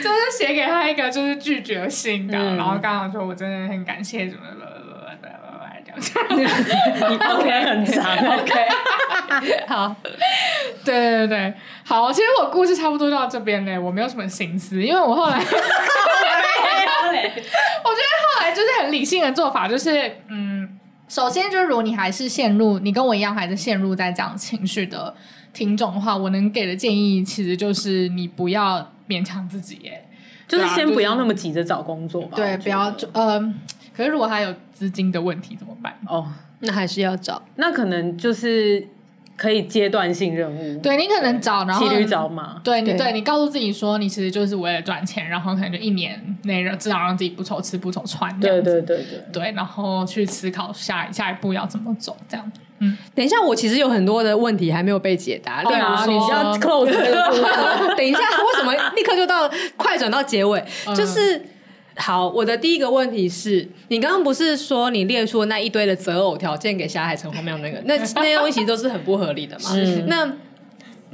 Speaker 4: 是写给他一个就是拒绝信的，
Speaker 2: 嗯
Speaker 4: 然后刚好说我真的很感谢什么什么什么什么这样子。
Speaker 2: 你 OK 很长 OK，
Speaker 3: 好，
Speaker 4: 对对对对，好，其实我故事差不多到这边嘞，我没有什么心思，因为我后来，我觉得 后来就是很理性的做法，就是嗯，首先就是如果你还是陷入，你跟我一样还是陷入在这样情绪的听众的话，我能给的建议其实就是你不要勉强自己耶，
Speaker 2: 就是
Speaker 4: 对啊
Speaker 2: 先
Speaker 4: 就是
Speaker 2: 不要那么急着找工作吧。我
Speaker 4: 对，
Speaker 2: 觉
Speaker 4: 不要
Speaker 2: 得
Speaker 4: 就呃，可是如果他有资金的问题怎么办？
Speaker 2: 哦，
Speaker 3: 那还是要找。
Speaker 2: 那可能就是可以阶段性任务，，
Speaker 4: 对你可能找，然后
Speaker 2: 骑驴找马，
Speaker 4: 对你，
Speaker 3: 对
Speaker 4: 对你告诉自己说，你其实就是为了赚钱，然后可能就一年内让至少让自己不愁吃不愁穿这样
Speaker 2: 对
Speaker 4: 子，
Speaker 2: 对对对，
Speaker 4: 对，然后去思考下下一步要怎么走，这样。
Speaker 3: 等一下，我其实有很多的问题还没有被解答，例
Speaker 2: 对啊，你
Speaker 3: 如
Speaker 2: 是
Speaker 3: 说，
Speaker 2: 要 close 这个
Speaker 4: 啊
Speaker 2: 部分
Speaker 3: 等一下，为什么立刻就到快转到结尾？就是好，我的第一个问题是你刚刚不是说你列出那一堆的择偶条件给霞海城隍庙那个， 那那些东西其实都是很不合理的嘛？那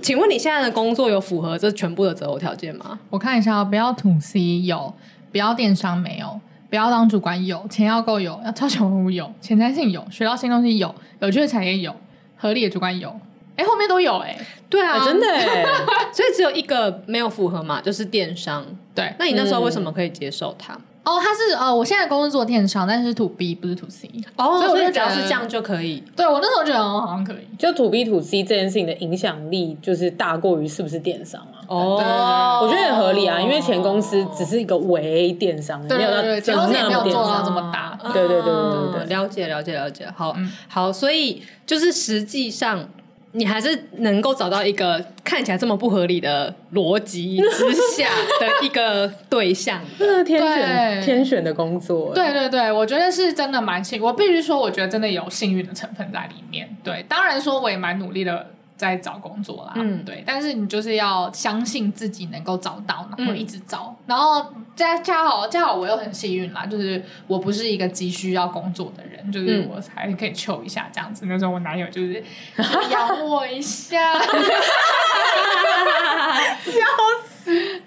Speaker 3: 请问你现在的工作有符合这全部的择偶条件吗？
Speaker 4: 我看一下哦，不要土 C 有，不要电商没有，不要当主管有，钱要够有，要超前服务有，前瞻性有，学到新东西有，有趣的产业有，合理的主管有。哎，后面都有哎、
Speaker 3: 对啊，
Speaker 2: 真的，欸，
Speaker 3: 所以只有一个没有符合嘛，就是电商。
Speaker 4: 对
Speaker 3: 那你那时候为什么可以接受它？
Speaker 4: 哦，他是呃，我现在的工作做电商，但是是 to B 不是 to C。
Speaker 3: 哦
Speaker 4: 所以我
Speaker 3: 所
Speaker 4: 就
Speaker 3: 以只
Speaker 4: 觉
Speaker 3: 要
Speaker 4: 得
Speaker 3: 是这样就可以。
Speaker 4: 对我那时候觉得哦好像可以，
Speaker 2: 就 to B to C 这件事情的影响力，就是大过于是不是电商啊？
Speaker 3: 哦
Speaker 2: 我觉得也合理啊，因为前公司只是一个微电商，
Speaker 4: 哦对
Speaker 2: 没有
Speaker 4: 对
Speaker 2: 到
Speaker 4: 对，
Speaker 2: 真
Speaker 4: 前公司也
Speaker 2: 的
Speaker 4: 没
Speaker 2: 那
Speaker 4: 有
Speaker 2: 么电
Speaker 4: 做到
Speaker 2: 商。
Speaker 4: 这么大。
Speaker 2: 对对对对对对
Speaker 3: 嗯了解了解了解，好、好，所以就是实际上你还是能够找到一个看起来这么不合理的逻辑之下的一个对 象的，
Speaker 2: 这是天
Speaker 4: 对
Speaker 2: 选天选的工作，欸，
Speaker 4: 对对对，我觉得是真的蛮幸，我必须说，我觉得真的有幸运的成分在里面。对，当然说我也蛮努力的在找工作啦，
Speaker 3: 嗯
Speaker 4: 对。但是你就是要相信自己能够找到，然后
Speaker 3: 嗯
Speaker 4: 一直找，然后加加好加好，我又很幸运啦，就是我不是一个急需要工作的人，就是
Speaker 3: 嗯
Speaker 4: 我还可以求一下这样子。那时候我男友就是 养我一下，笑死。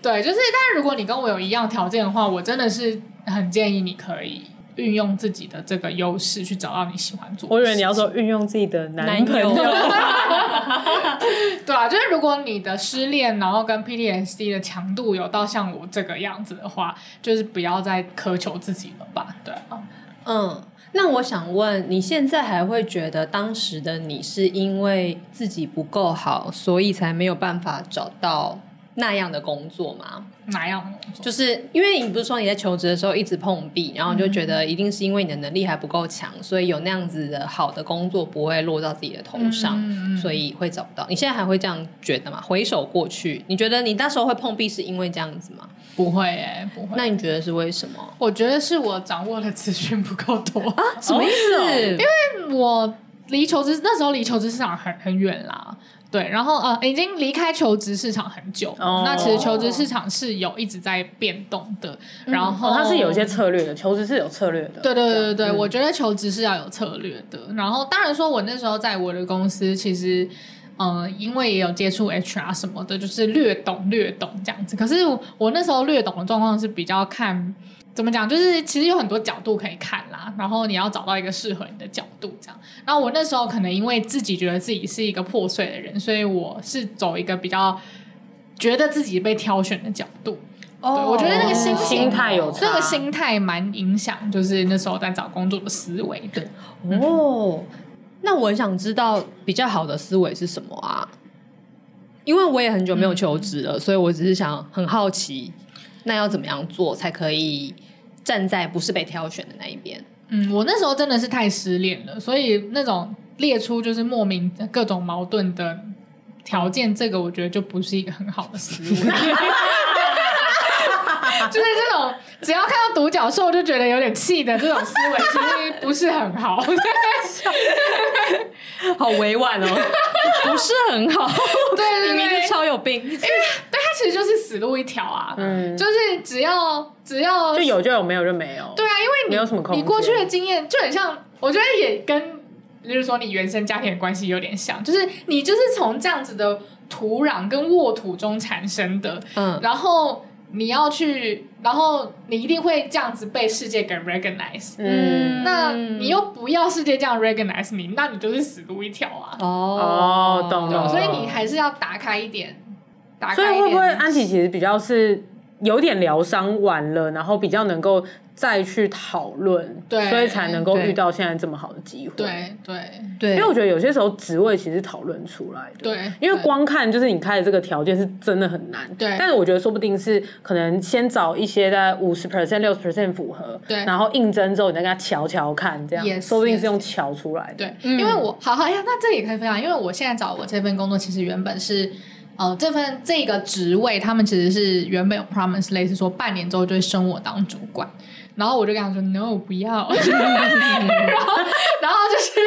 Speaker 4: 对，就是，但是如果你跟我有一样条件的话，我真的是很建议你可以运用自己的这个优势去找到你喜欢做的事情。
Speaker 2: 我以为你要说运用自己的男朋 友，
Speaker 4: 对啊，就是如果你的失恋，然后跟 PTSD 的强度有到像我这个样子的话，就是不要再苛求自己了吧。对啊，
Speaker 3: 嗯。那我想问，你现在还会觉得当时的你是因为自己不够好，所以才没有办法找到那样的工作吗？
Speaker 4: 哪样的工作？
Speaker 3: 就是因为你不是说你在求职的时候一直碰壁，然后你就觉得一定是因为你的能力还不够强，所以有那样子的好的工作不会落到自己的头上，
Speaker 4: 嗯嗯嗯
Speaker 3: 所以会找不到。你现在还会这样觉得吗？回首过去，你觉得你那时候会碰壁是因为这样子吗？
Speaker 4: 不会哎、不会。
Speaker 3: 那你觉得是为什么？
Speaker 4: 我觉得是我掌握的资讯不够多，
Speaker 3: 什么意
Speaker 4: 哦
Speaker 3: 思？
Speaker 2: 哦
Speaker 3: 因为
Speaker 4: 我离求职那时候离求职市场很很远啦。对，然后呃，已经离开求职市场很久。
Speaker 2: 哦
Speaker 4: 那其实求职市场是有一直在变动的，然后、
Speaker 2: 哦，它是有一些策略的，求职是有策略的。
Speaker 4: 对对对对对，我觉得求职是要有策略的。然后当然说，我那时候在我的公司，其实嗯、呃因为也有接触 HR 什么的，就是略懂略懂这样子。可是我我那时候略懂的状况是比较看。怎么讲？就是其实有很多角度可以看啦，然后你要找到一个适合你的角度，这样。然后我那时候可能因为自己觉得自己是一个破碎的人，所以我是走一个比较觉得自己被挑选的角度。对我觉得那个
Speaker 3: 哦
Speaker 4: 心情
Speaker 2: 心态有差
Speaker 4: 这个心态蛮影响，就是那时候在找工作的思维。对，
Speaker 3: 哦，那我很想知道比较好的思维是什么啊？因为我也很久没有求职了，所以我只是想很好奇，那要怎么样做才可以站在不是被挑选的那一边？
Speaker 4: 嗯，我那时候真的是太失恋了，所以那种列出就是莫名各种矛盾的条件，这个我觉得就不是一个很好的思维。 就是这种，只要看到独角兽就觉得有点气的这种思维，其实不是很好。
Speaker 3: 好委婉哦， 不是很好，
Speaker 4: 对对对
Speaker 3: 明明就超有病。
Speaker 4: 对，它其实就是死路一条啊。
Speaker 2: 嗯，
Speaker 4: 就是只要只要
Speaker 2: 就有就有，没有就没有。
Speaker 4: 对啊，因为你
Speaker 2: 没有什么空间
Speaker 4: 你过去的经验就很像，我觉得也跟就是说你原生家庭的关系有点像，就是你就是从这样子的土壤跟沃土中产生的，
Speaker 3: 嗯，
Speaker 4: 然后你要去，然后你一定会这样子被世界给 recognize。
Speaker 2: 嗯，
Speaker 4: 那你又不要世界这样 recognize 你，那你就是死路一条啊！
Speaker 3: 哦
Speaker 2: 哦懂了
Speaker 4: 所以你还是要打开一点，打
Speaker 2: 所以
Speaker 4: 开一点。
Speaker 2: 会不会安琪其实比较是有点疗伤完了，然后比较能够再去讨论，
Speaker 4: 对
Speaker 2: 所以才能够
Speaker 3: 对
Speaker 2: 遇到现在这么好的机会。，
Speaker 4: 对对
Speaker 3: 对
Speaker 2: 因为我觉得有些时候职位其实讨论出来的。
Speaker 4: 对，
Speaker 2: 因为
Speaker 4: 对
Speaker 2: 光看就是你开的这个条件是真的很难，
Speaker 4: 对
Speaker 2: 但是我觉得说不定是可能先找一些在五十 percent、六十 percent 符合，
Speaker 4: 对
Speaker 2: 然后应征之后你再跟他瞧瞧看，这样
Speaker 4: Yes，
Speaker 2: 说不定是
Speaker 4: yes
Speaker 2: 用瞧出来的。
Speaker 4: 对，因为我好哎好呀，那这里可以分享，因为我现在找我这份工作，其实原本是。呃，这份这个职位，他们其实是原本有 promise，类似说半年之后就会升我当主管，然后我就跟他说 no 不要， 然后然后就是，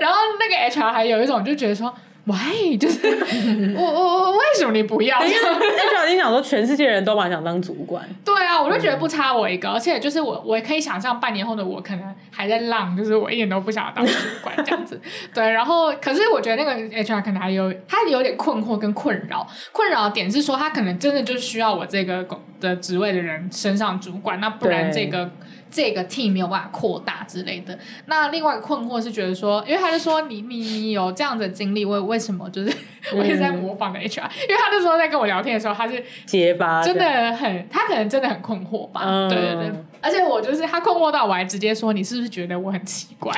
Speaker 4: 然后那个 HR 还有一种就觉得说 why，就是 我我我为什么你不要？
Speaker 2: 那哎小丁想说，全世界人都蛮想当主管，
Speaker 4: 对啊，我就觉得不差我一个，而且就是我，我也可以想象半年后的我可能还在浪，就是我一点都不想要当主管这样子。对，然后可是我觉得那个 HR 可能还有他有点困惑跟困扰，困扰的点是说他可能真的就需要我这个工的职位的人升上主管，那不然
Speaker 2: 对
Speaker 4: 这个。这个 team 没有办法扩大之类的。那另外一个困惑是觉得说，因为他就说你你你有这样的经历，为为什么就是 我一直在模仿的 HR，、因为他那时候在跟我聊天的时候，他是
Speaker 2: 结巴
Speaker 4: 真
Speaker 2: 这样
Speaker 4: 的很，他可能真的很困惑吧。
Speaker 2: 啊嗯
Speaker 4: 对对对，而且我就是他困惑到我还直接说：“你是不是觉得我很奇 怪？”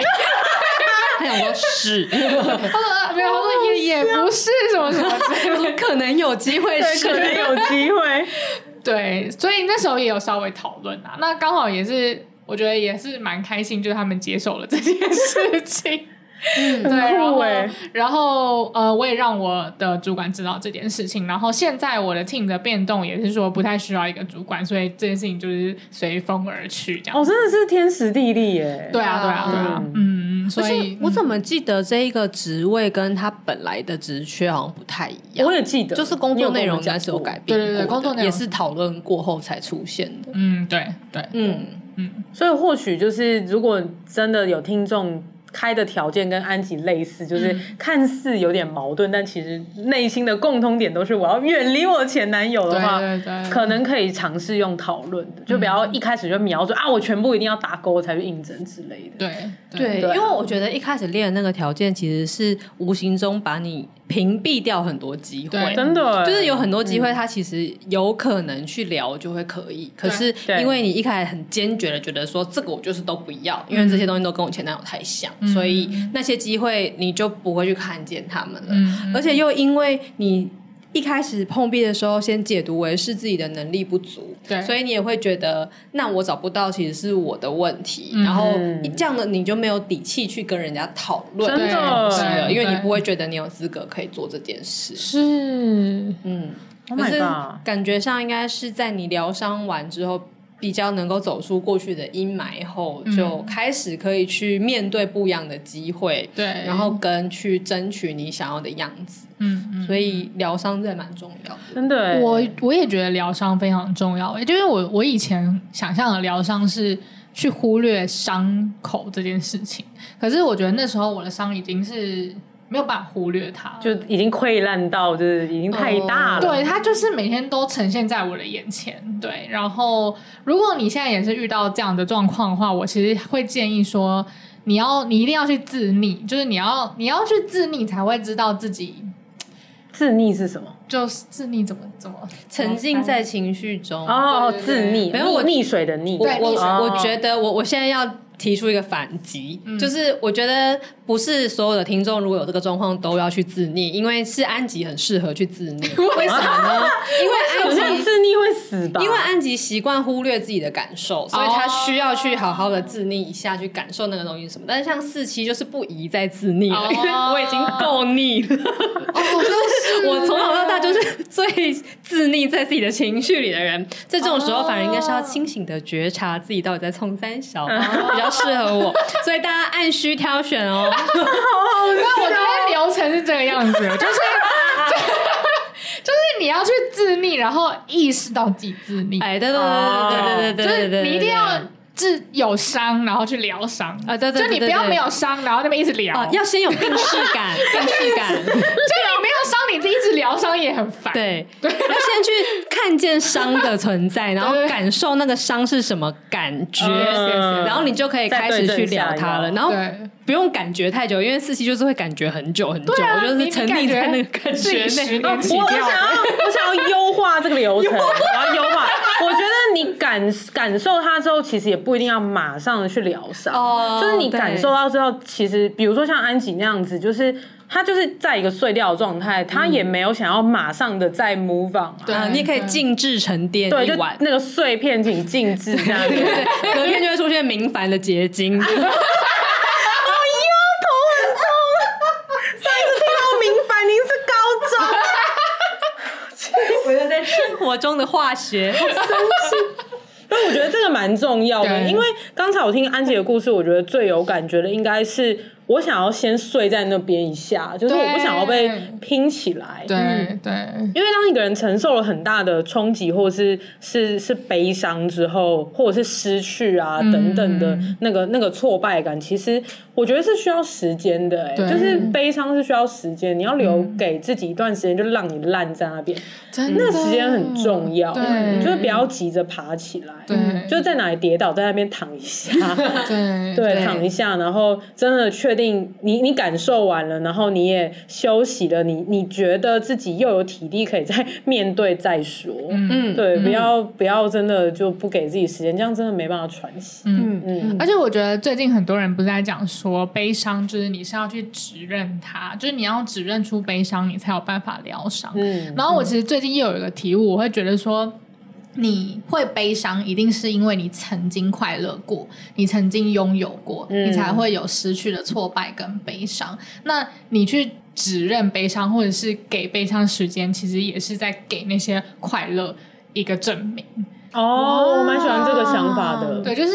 Speaker 3: 他想说，是，
Speaker 4: 他说呃：“没有，他说也也不是什么什么之类的。
Speaker 3: 可能有机会
Speaker 2: 对，可能
Speaker 3: 是。
Speaker 2: 有机会。”
Speaker 4: 对，所以那时候也有稍微讨论啊。那刚好也是，我觉得也是蛮开心，就是他们接受了这件事 情。嗯，对，
Speaker 2: 很酷
Speaker 4: 然后
Speaker 2: 欸
Speaker 4: 然后呃，我也让我的主管知道这件事情。然后现在我的 team 的变动也是说不太需要一个主管，所以这件事情就是随风而去这样
Speaker 2: 哦，
Speaker 4: 子。
Speaker 2: 真的是天时地利耶。
Speaker 4: 对啊，对啊，对啊，嗯，
Speaker 3: 而
Speaker 4: 所
Speaker 3: 且
Speaker 4: 以
Speaker 3: 我怎么记得这一个职位跟他本来的职缺好像不太一样？
Speaker 2: 我也记得，
Speaker 3: 就是工作内容应该是有改
Speaker 2: 你
Speaker 3: 变过的，
Speaker 4: 对对对工作内容
Speaker 3: 也是讨论过后才出现的。
Speaker 4: 嗯，对对，
Speaker 3: 嗯，
Speaker 2: 有跟我们讲过，所以或许就是如果真的有听众。开的条件跟安吉类似，就是
Speaker 3: 嗯
Speaker 2: 看似有点矛盾，但其实内心的共通点都是我要远离我前男友的话，
Speaker 4: 对对对
Speaker 2: 可能可以尝试用讨论的，就不要
Speaker 3: 嗯
Speaker 2: 一开始就瞄准、啊，我全部一定要打勾才去应征之类的。
Speaker 4: 对
Speaker 3: 对，
Speaker 2: 对啊
Speaker 3: 因为我觉得一开始列的那个条件其实是无形中把你屏蔽掉很多机会
Speaker 4: 对。
Speaker 2: 真的欸嗯耶，
Speaker 3: 就是有很多机会，他其实有可能去聊就会可以，可是
Speaker 2: 对
Speaker 3: 因为你一开始很坚决的觉得说这个我就是都不要，因为这些东西都跟我前男友太像，所以那些机会你就不会去看见他们了。
Speaker 4: 嗯，
Speaker 3: 而且又因为你一开始碰壁的时候，先解读为是自己的能力不足，
Speaker 4: 对
Speaker 3: 所以你也会觉得，那我找不到其实是我的问题，
Speaker 4: 嗯
Speaker 3: 然后这样的你就没有底气去跟人家讨论
Speaker 2: 真的
Speaker 3: 这个东西了，
Speaker 4: 对
Speaker 3: 因为你不会觉得你有资格可以做这件事，
Speaker 4: 是
Speaker 3: 嗯。
Speaker 2: Oh
Speaker 3: 可
Speaker 2: my
Speaker 3: 是
Speaker 2: god！
Speaker 3: 感觉上应该是在你疗伤完之后，比较能够走出过去的阴霾后，
Speaker 4: 嗯
Speaker 3: 就开始可以去面对不一样的机会，
Speaker 4: 对，
Speaker 3: 然后跟去争取你想要的样子。
Speaker 4: 嗯嗯，
Speaker 3: 所以疗伤真的蛮重要的。
Speaker 2: 真的欸，
Speaker 4: 我我也觉得疗伤非常重要，欸因为我我以前想象的疗伤是去忽略伤口这件事情，可是我觉得那时候我的伤已经是没有办法忽略它了，
Speaker 2: 就已经溃烂到就是已经太大了。
Speaker 3: 哦
Speaker 4: 对，它就是每天都呈现在我的眼前。对，然后如果你现在也是遇到这样的状况的话，我其实会建议说，你要你一定要去自逆，就是你要你要去自逆，才会知道自己
Speaker 2: 自溺是什么？
Speaker 4: 就是自逆怎么怎 么
Speaker 3: 沉浸在情绪中，
Speaker 2: 哦，
Speaker 4: 对对
Speaker 2: 自溺，
Speaker 3: 没有我
Speaker 2: 溺溺水的溺。
Speaker 3: 我
Speaker 4: 对
Speaker 3: 我
Speaker 4: 你哦
Speaker 2: 说
Speaker 3: 我觉得我我现在要。提出一个反击，
Speaker 4: 嗯
Speaker 3: 就是我觉得不是所有的听众如果有这个状况都要去自溺，因为是安吉很适合去自溺。 为啊 什么呢？因
Speaker 2: 好
Speaker 3: 为
Speaker 2: 像
Speaker 3: 安吉
Speaker 2: 自溺会死吧？
Speaker 3: 因为安吉习惯忽略自己的感受，所以他
Speaker 4: 哦
Speaker 3: 需要去好好的自溺一下，去感受那个东西是什么。但是像四期就是不宜再自溺了，
Speaker 4: 哦
Speaker 3: 因为我已经够腻了。我从小到大就是最自溺在自己的情绪里的人，在这种时候反而应该是要清醒的觉察自己到底在冲三小，比较适合我。所以大家按需挑选哦。
Speaker 4: 那我觉得流程是这个样子的，就是就就是 你要去自逆，然后意识到自己自逆，
Speaker 3: 哎，对对对对对对
Speaker 4: 就
Speaker 3: 对对
Speaker 4: 是
Speaker 3: 对，
Speaker 4: 你一定要自有伤，然后去疗伤
Speaker 3: 啊对对对
Speaker 4: 就你
Speaker 3: 对
Speaker 4: 不要
Speaker 3: 对
Speaker 4: 没有伤，然后那边一直疗，
Speaker 3: 啊，
Speaker 4: 就
Speaker 3: 要先有病视感，病视感。
Speaker 4: 你没有伤，你自己一直疗伤也很烦。
Speaker 3: 对，要先去看见伤的存在，然后
Speaker 4: 对
Speaker 3: 感受那个伤是什么感觉，
Speaker 2: 嗯
Speaker 3: 然后你就可以开始去聊它了。
Speaker 2: 再对症下药
Speaker 3: 然后
Speaker 4: 对
Speaker 3: 不用感觉太久，因为四期就是会感觉很久很久，
Speaker 4: 对啊
Speaker 3: 我就是
Speaker 4: 你你
Speaker 3: 沉
Speaker 4: 感
Speaker 3: 溺
Speaker 4: 觉
Speaker 3: 在那个感
Speaker 4: 自
Speaker 3: 觉
Speaker 4: 己十
Speaker 3: 内。
Speaker 4: 年起
Speaker 2: 我我
Speaker 4: 跳
Speaker 2: 想要，我想要优化这个流 程，我要优化。我觉得你感感受它之后，其实也不一定要马上去疗伤，
Speaker 3: 哦
Speaker 2: 就是你
Speaker 3: 对
Speaker 2: 感受到之后，其实比如说像安吉那样子，就是他就是在一个碎掉的状态，他
Speaker 3: 嗯
Speaker 2: 也没有想要马上的再 move on 啊、
Speaker 4: 对
Speaker 3: 啊，你也可以
Speaker 4: 对
Speaker 3: 静置沉淀
Speaker 2: 对，
Speaker 3: 一
Speaker 2: 就
Speaker 3: 晚，
Speaker 2: 那个碎片请静置这样子。
Speaker 3: 对，隔天就会出现明矾的结晶。
Speaker 2: 啊上一次听到明凡您是高中。
Speaker 3: 我就在生活中的化学，
Speaker 2: 但我觉得这个蛮重要的，
Speaker 4: 对
Speaker 2: 因为刚才我听安姐的故事，我觉得最有感觉的应该是我想要先睡在那边一下，就是我不想要被拼起来。
Speaker 4: 对对
Speaker 2: 因为当一个人承受了很大的冲击，或是是是悲伤之后，或者是失去啊
Speaker 4: 嗯
Speaker 2: 等等的那个、那个挫败感，其实我觉得是需要时间的、欸，
Speaker 4: 对嗯
Speaker 2: 就是悲伤是需要时间，你要留给自己一段时间，就让你烂在那边，
Speaker 4: 真
Speaker 2: 那个时间很重要，
Speaker 4: 对
Speaker 2: 就是不要急着爬起来，
Speaker 4: 对
Speaker 2: 就在哪里跌倒，在那边躺一下，
Speaker 4: 对
Speaker 2: 对，
Speaker 3: 对
Speaker 2: 躺一下，然后真的确定你你感受完了，然后你也休息了，你你觉得自己又有体力可以再面对再说，
Speaker 3: 嗯，
Speaker 2: 对，不要不要真的就不给自己时间，这样真的没办法喘息。
Speaker 4: 嗯
Speaker 2: 嗯，
Speaker 4: 而且我觉得最近很多人不是在讲说，悲伤就是你是要去指认它，就是你要指认出悲伤，你才有办法疗伤。
Speaker 2: 嗯
Speaker 4: 然后我其实最近又有一个体悟，我会觉得说，你会悲伤，一定是因为你曾经快乐过，你曾经拥有过，
Speaker 2: 嗯
Speaker 4: 你才会有失去的挫败跟悲伤。那你去指认悲伤，或者是给悲伤时间，其实也是在给那些快乐一个证明。
Speaker 2: 哦，我蛮喜欢这个想法的。
Speaker 4: 对，就是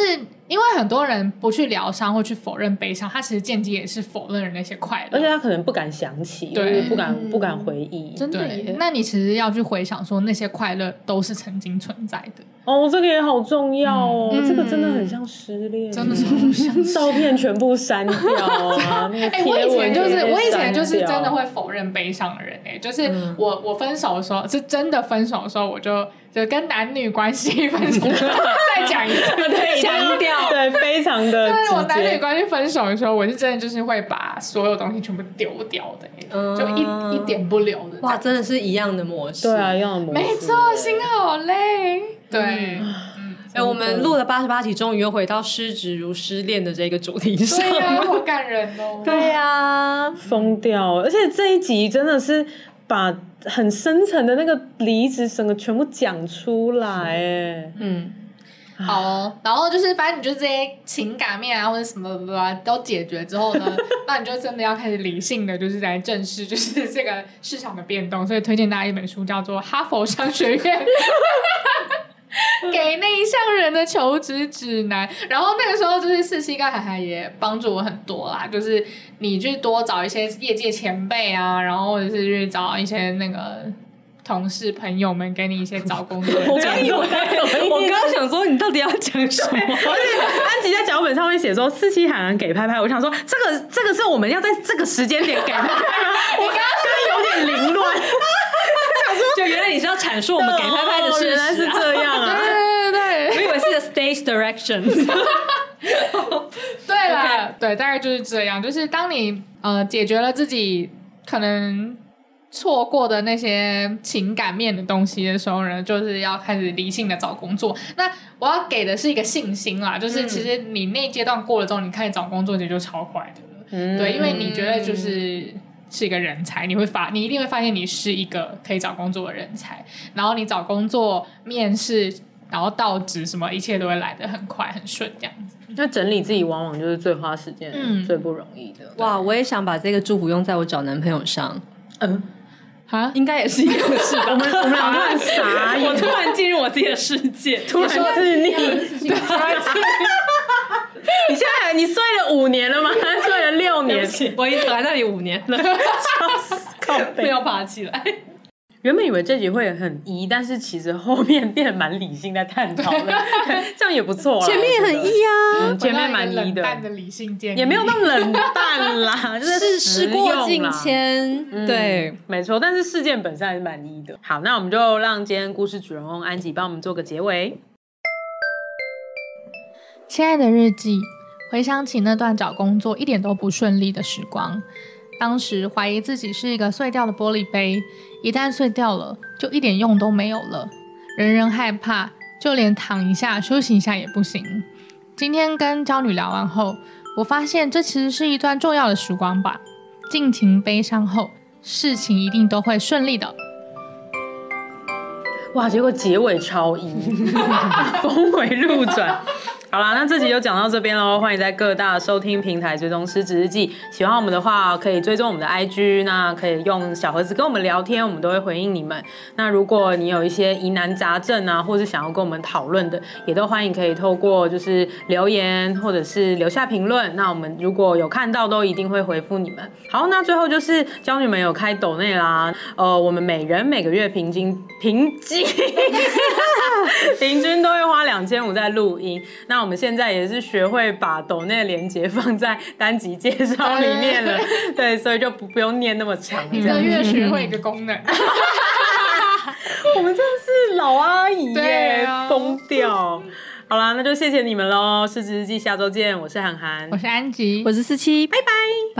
Speaker 4: 因为很多人不去疗伤或去否认悲伤，他其实间接也是否认了那些快乐。
Speaker 2: 而且他可能不敢想起，
Speaker 4: 对
Speaker 2: 就是不敢不敢回忆。
Speaker 3: 真的
Speaker 4: 对
Speaker 3: 耶，。
Speaker 4: 那你其实要去回想说，那些快乐都是曾经存在的，
Speaker 2: 哦，这个也好重要哦，
Speaker 3: 嗯
Speaker 2: 这个真的很像失恋，
Speaker 4: 真的是不想。
Speaker 2: 照片全部删掉 啊！那个
Speaker 4: 哎、我以
Speaker 2: 贴文
Speaker 4: 前就
Speaker 2: 全
Speaker 4: 是
Speaker 2: 部
Speaker 4: 我以前就是
Speaker 2: 删掉嗯
Speaker 4: 真的会否认悲伤的人哎、就是我、我分手的时候是真的分手的时候，我就就跟男女关系分 手，再讲一次，
Speaker 2: 对
Speaker 3: 强调
Speaker 2: 对，非 常的
Speaker 4: 但是我
Speaker 2: 直
Speaker 4: 男女
Speaker 2: 接。
Speaker 4: 关系分手的时候，我是真的就是会把所有东西全部丢掉的、欸，
Speaker 3: 嗯
Speaker 4: 就一一点不留的。
Speaker 3: 哇，，真的是一样的模式。
Speaker 2: 对啊，一样的模式嗯
Speaker 4: 没错，心好累。对，嗯
Speaker 3: 哎、我们录了八十八集，终于又回到失职如失恋的这个主题上。
Speaker 4: 对呀、好感人哦。
Speaker 3: 对呀、
Speaker 2: 疯掉！而且这一集真的是把很深层的那个离职整个全部讲出来，哎，
Speaker 3: 嗯，
Speaker 4: 好哦，然后就是反正你就这些情感面啊或者什么吧都解决之后 呢，那你就真的要开始理性的，就是来正视就是这个市场的变动。所以推荐大家一本书，叫做《哈佛商学院》。 给内向人的求职指南，然后那个时候就是四七跟海海也帮助我很多啦，就是你去多找一些业界前辈啊，然后或者是去找一些那个同事朋友们给你一些找工 作的建议。
Speaker 5: 我刚刚想说，你到底要讲什么？
Speaker 2: 而且安吉在脚本上面写说四期海南给拍拍，我想说这个这个是我们要在这个时间点给拍拍 吗？我刚刚有点凌乱，
Speaker 6: 就原来你是要阐述我们给拍拍的
Speaker 2: 哦
Speaker 6: 事
Speaker 2: 原来
Speaker 6: 实
Speaker 2: 是
Speaker 6: 啊、
Speaker 2: 这样啊。
Speaker 4: 对对对，
Speaker 6: 我以为是 stage direction。
Speaker 4: 对了对，大概就是这样。就是当你呃解决了自己可能错过的那些情感面的东西的时候呢，就是要开始理性的找工作。那我要给的是一个信心啦，就是其实你那阶段过了之后，你开始找工作节就超快的了。
Speaker 2: 嗯
Speaker 4: 对，因为你觉得就是。是一个人才，你会发，你一定会发现你是一个可以找工作的人才。然后你找工作、面试，然后到职，什么一切都会来得很快、很顺，这样子。
Speaker 2: 那整理自己往往就是最花时间、
Speaker 4: 嗯
Speaker 2: 最不容易的。
Speaker 6: 哇，我也想把这个祝福用在我找男朋友上，
Speaker 4: 啊，
Speaker 6: 应该也是一样的事吧。我们
Speaker 2: 我们两个很傻眼，
Speaker 6: 我突然进入我自己的世 界，
Speaker 2: 突然自溺。 你现在还你睡了五年了吗？睡了六年，
Speaker 6: 我已经躺在那里五年了，
Speaker 2: 靠
Speaker 6: 没
Speaker 2: 背。
Speaker 6: 有爬起 来。
Speaker 2: 原本以为这集会很一，但是其实后面变得蛮理性在探讨 的，对这样也不错啦。
Speaker 5: 前面很
Speaker 2: 一 啊，前面蛮一
Speaker 4: 冷淡
Speaker 2: 的，
Speaker 4: 的理性建议
Speaker 2: 也没有那么冷淡 啦，就是
Speaker 6: 事过境迁，对。
Speaker 2: 嗯没错，但是事件本身还是蛮一的。好，那我们就让今天故事主人公安吉帮我们做个结尾。
Speaker 4: 亲爱的日记，回想起那段找工作一点都不顺利的时光，当时怀疑自己是一个碎掉的玻璃杯，一旦碎掉了，就一点用都没有了，人人害怕，就连躺一下休息一下也不行。今天跟娇女聊完后，我发现这其实是一段重要的时光吧。尽情悲伤后，事情一定都会顺利的。
Speaker 2: 哇，结果结尾超一， 峰回路转。好啦，那这集就讲到这边喽。欢迎在各大收听平台追踪《失职日记》，喜欢我们的话可以追踪我们的 IG，那可以用小盒子跟我们聊天，我们都会回应你们。那如果你有一些疑难杂症啊，或是想要跟我们讨论的，也都欢迎可以透过就是留言或者是留下评论。那我们如果有看到，都一定会回复你们。好，那最后就是教你们有开抖内啦，呃，我们每人每个月平均平 均。平均都会花两千五在录音。那我们现在也是学会把抖内连接放在单集介绍里面了，对，所以就不不用念那么长。这样，
Speaker 4: 月学会一个功能。
Speaker 2: 我们真的是老阿姨
Speaker 4: 对
Speaker 2: 耶
Speaker 4: 啊，
Speaker 2: 疯、掉。好啦，那就谢谢你们喽，《失职日记》下周见，我是涵涵，
Speaker 4: 我是安吉，
Speaker 6: 我是四七，拜拜，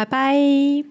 Speaker 6: 拜拜。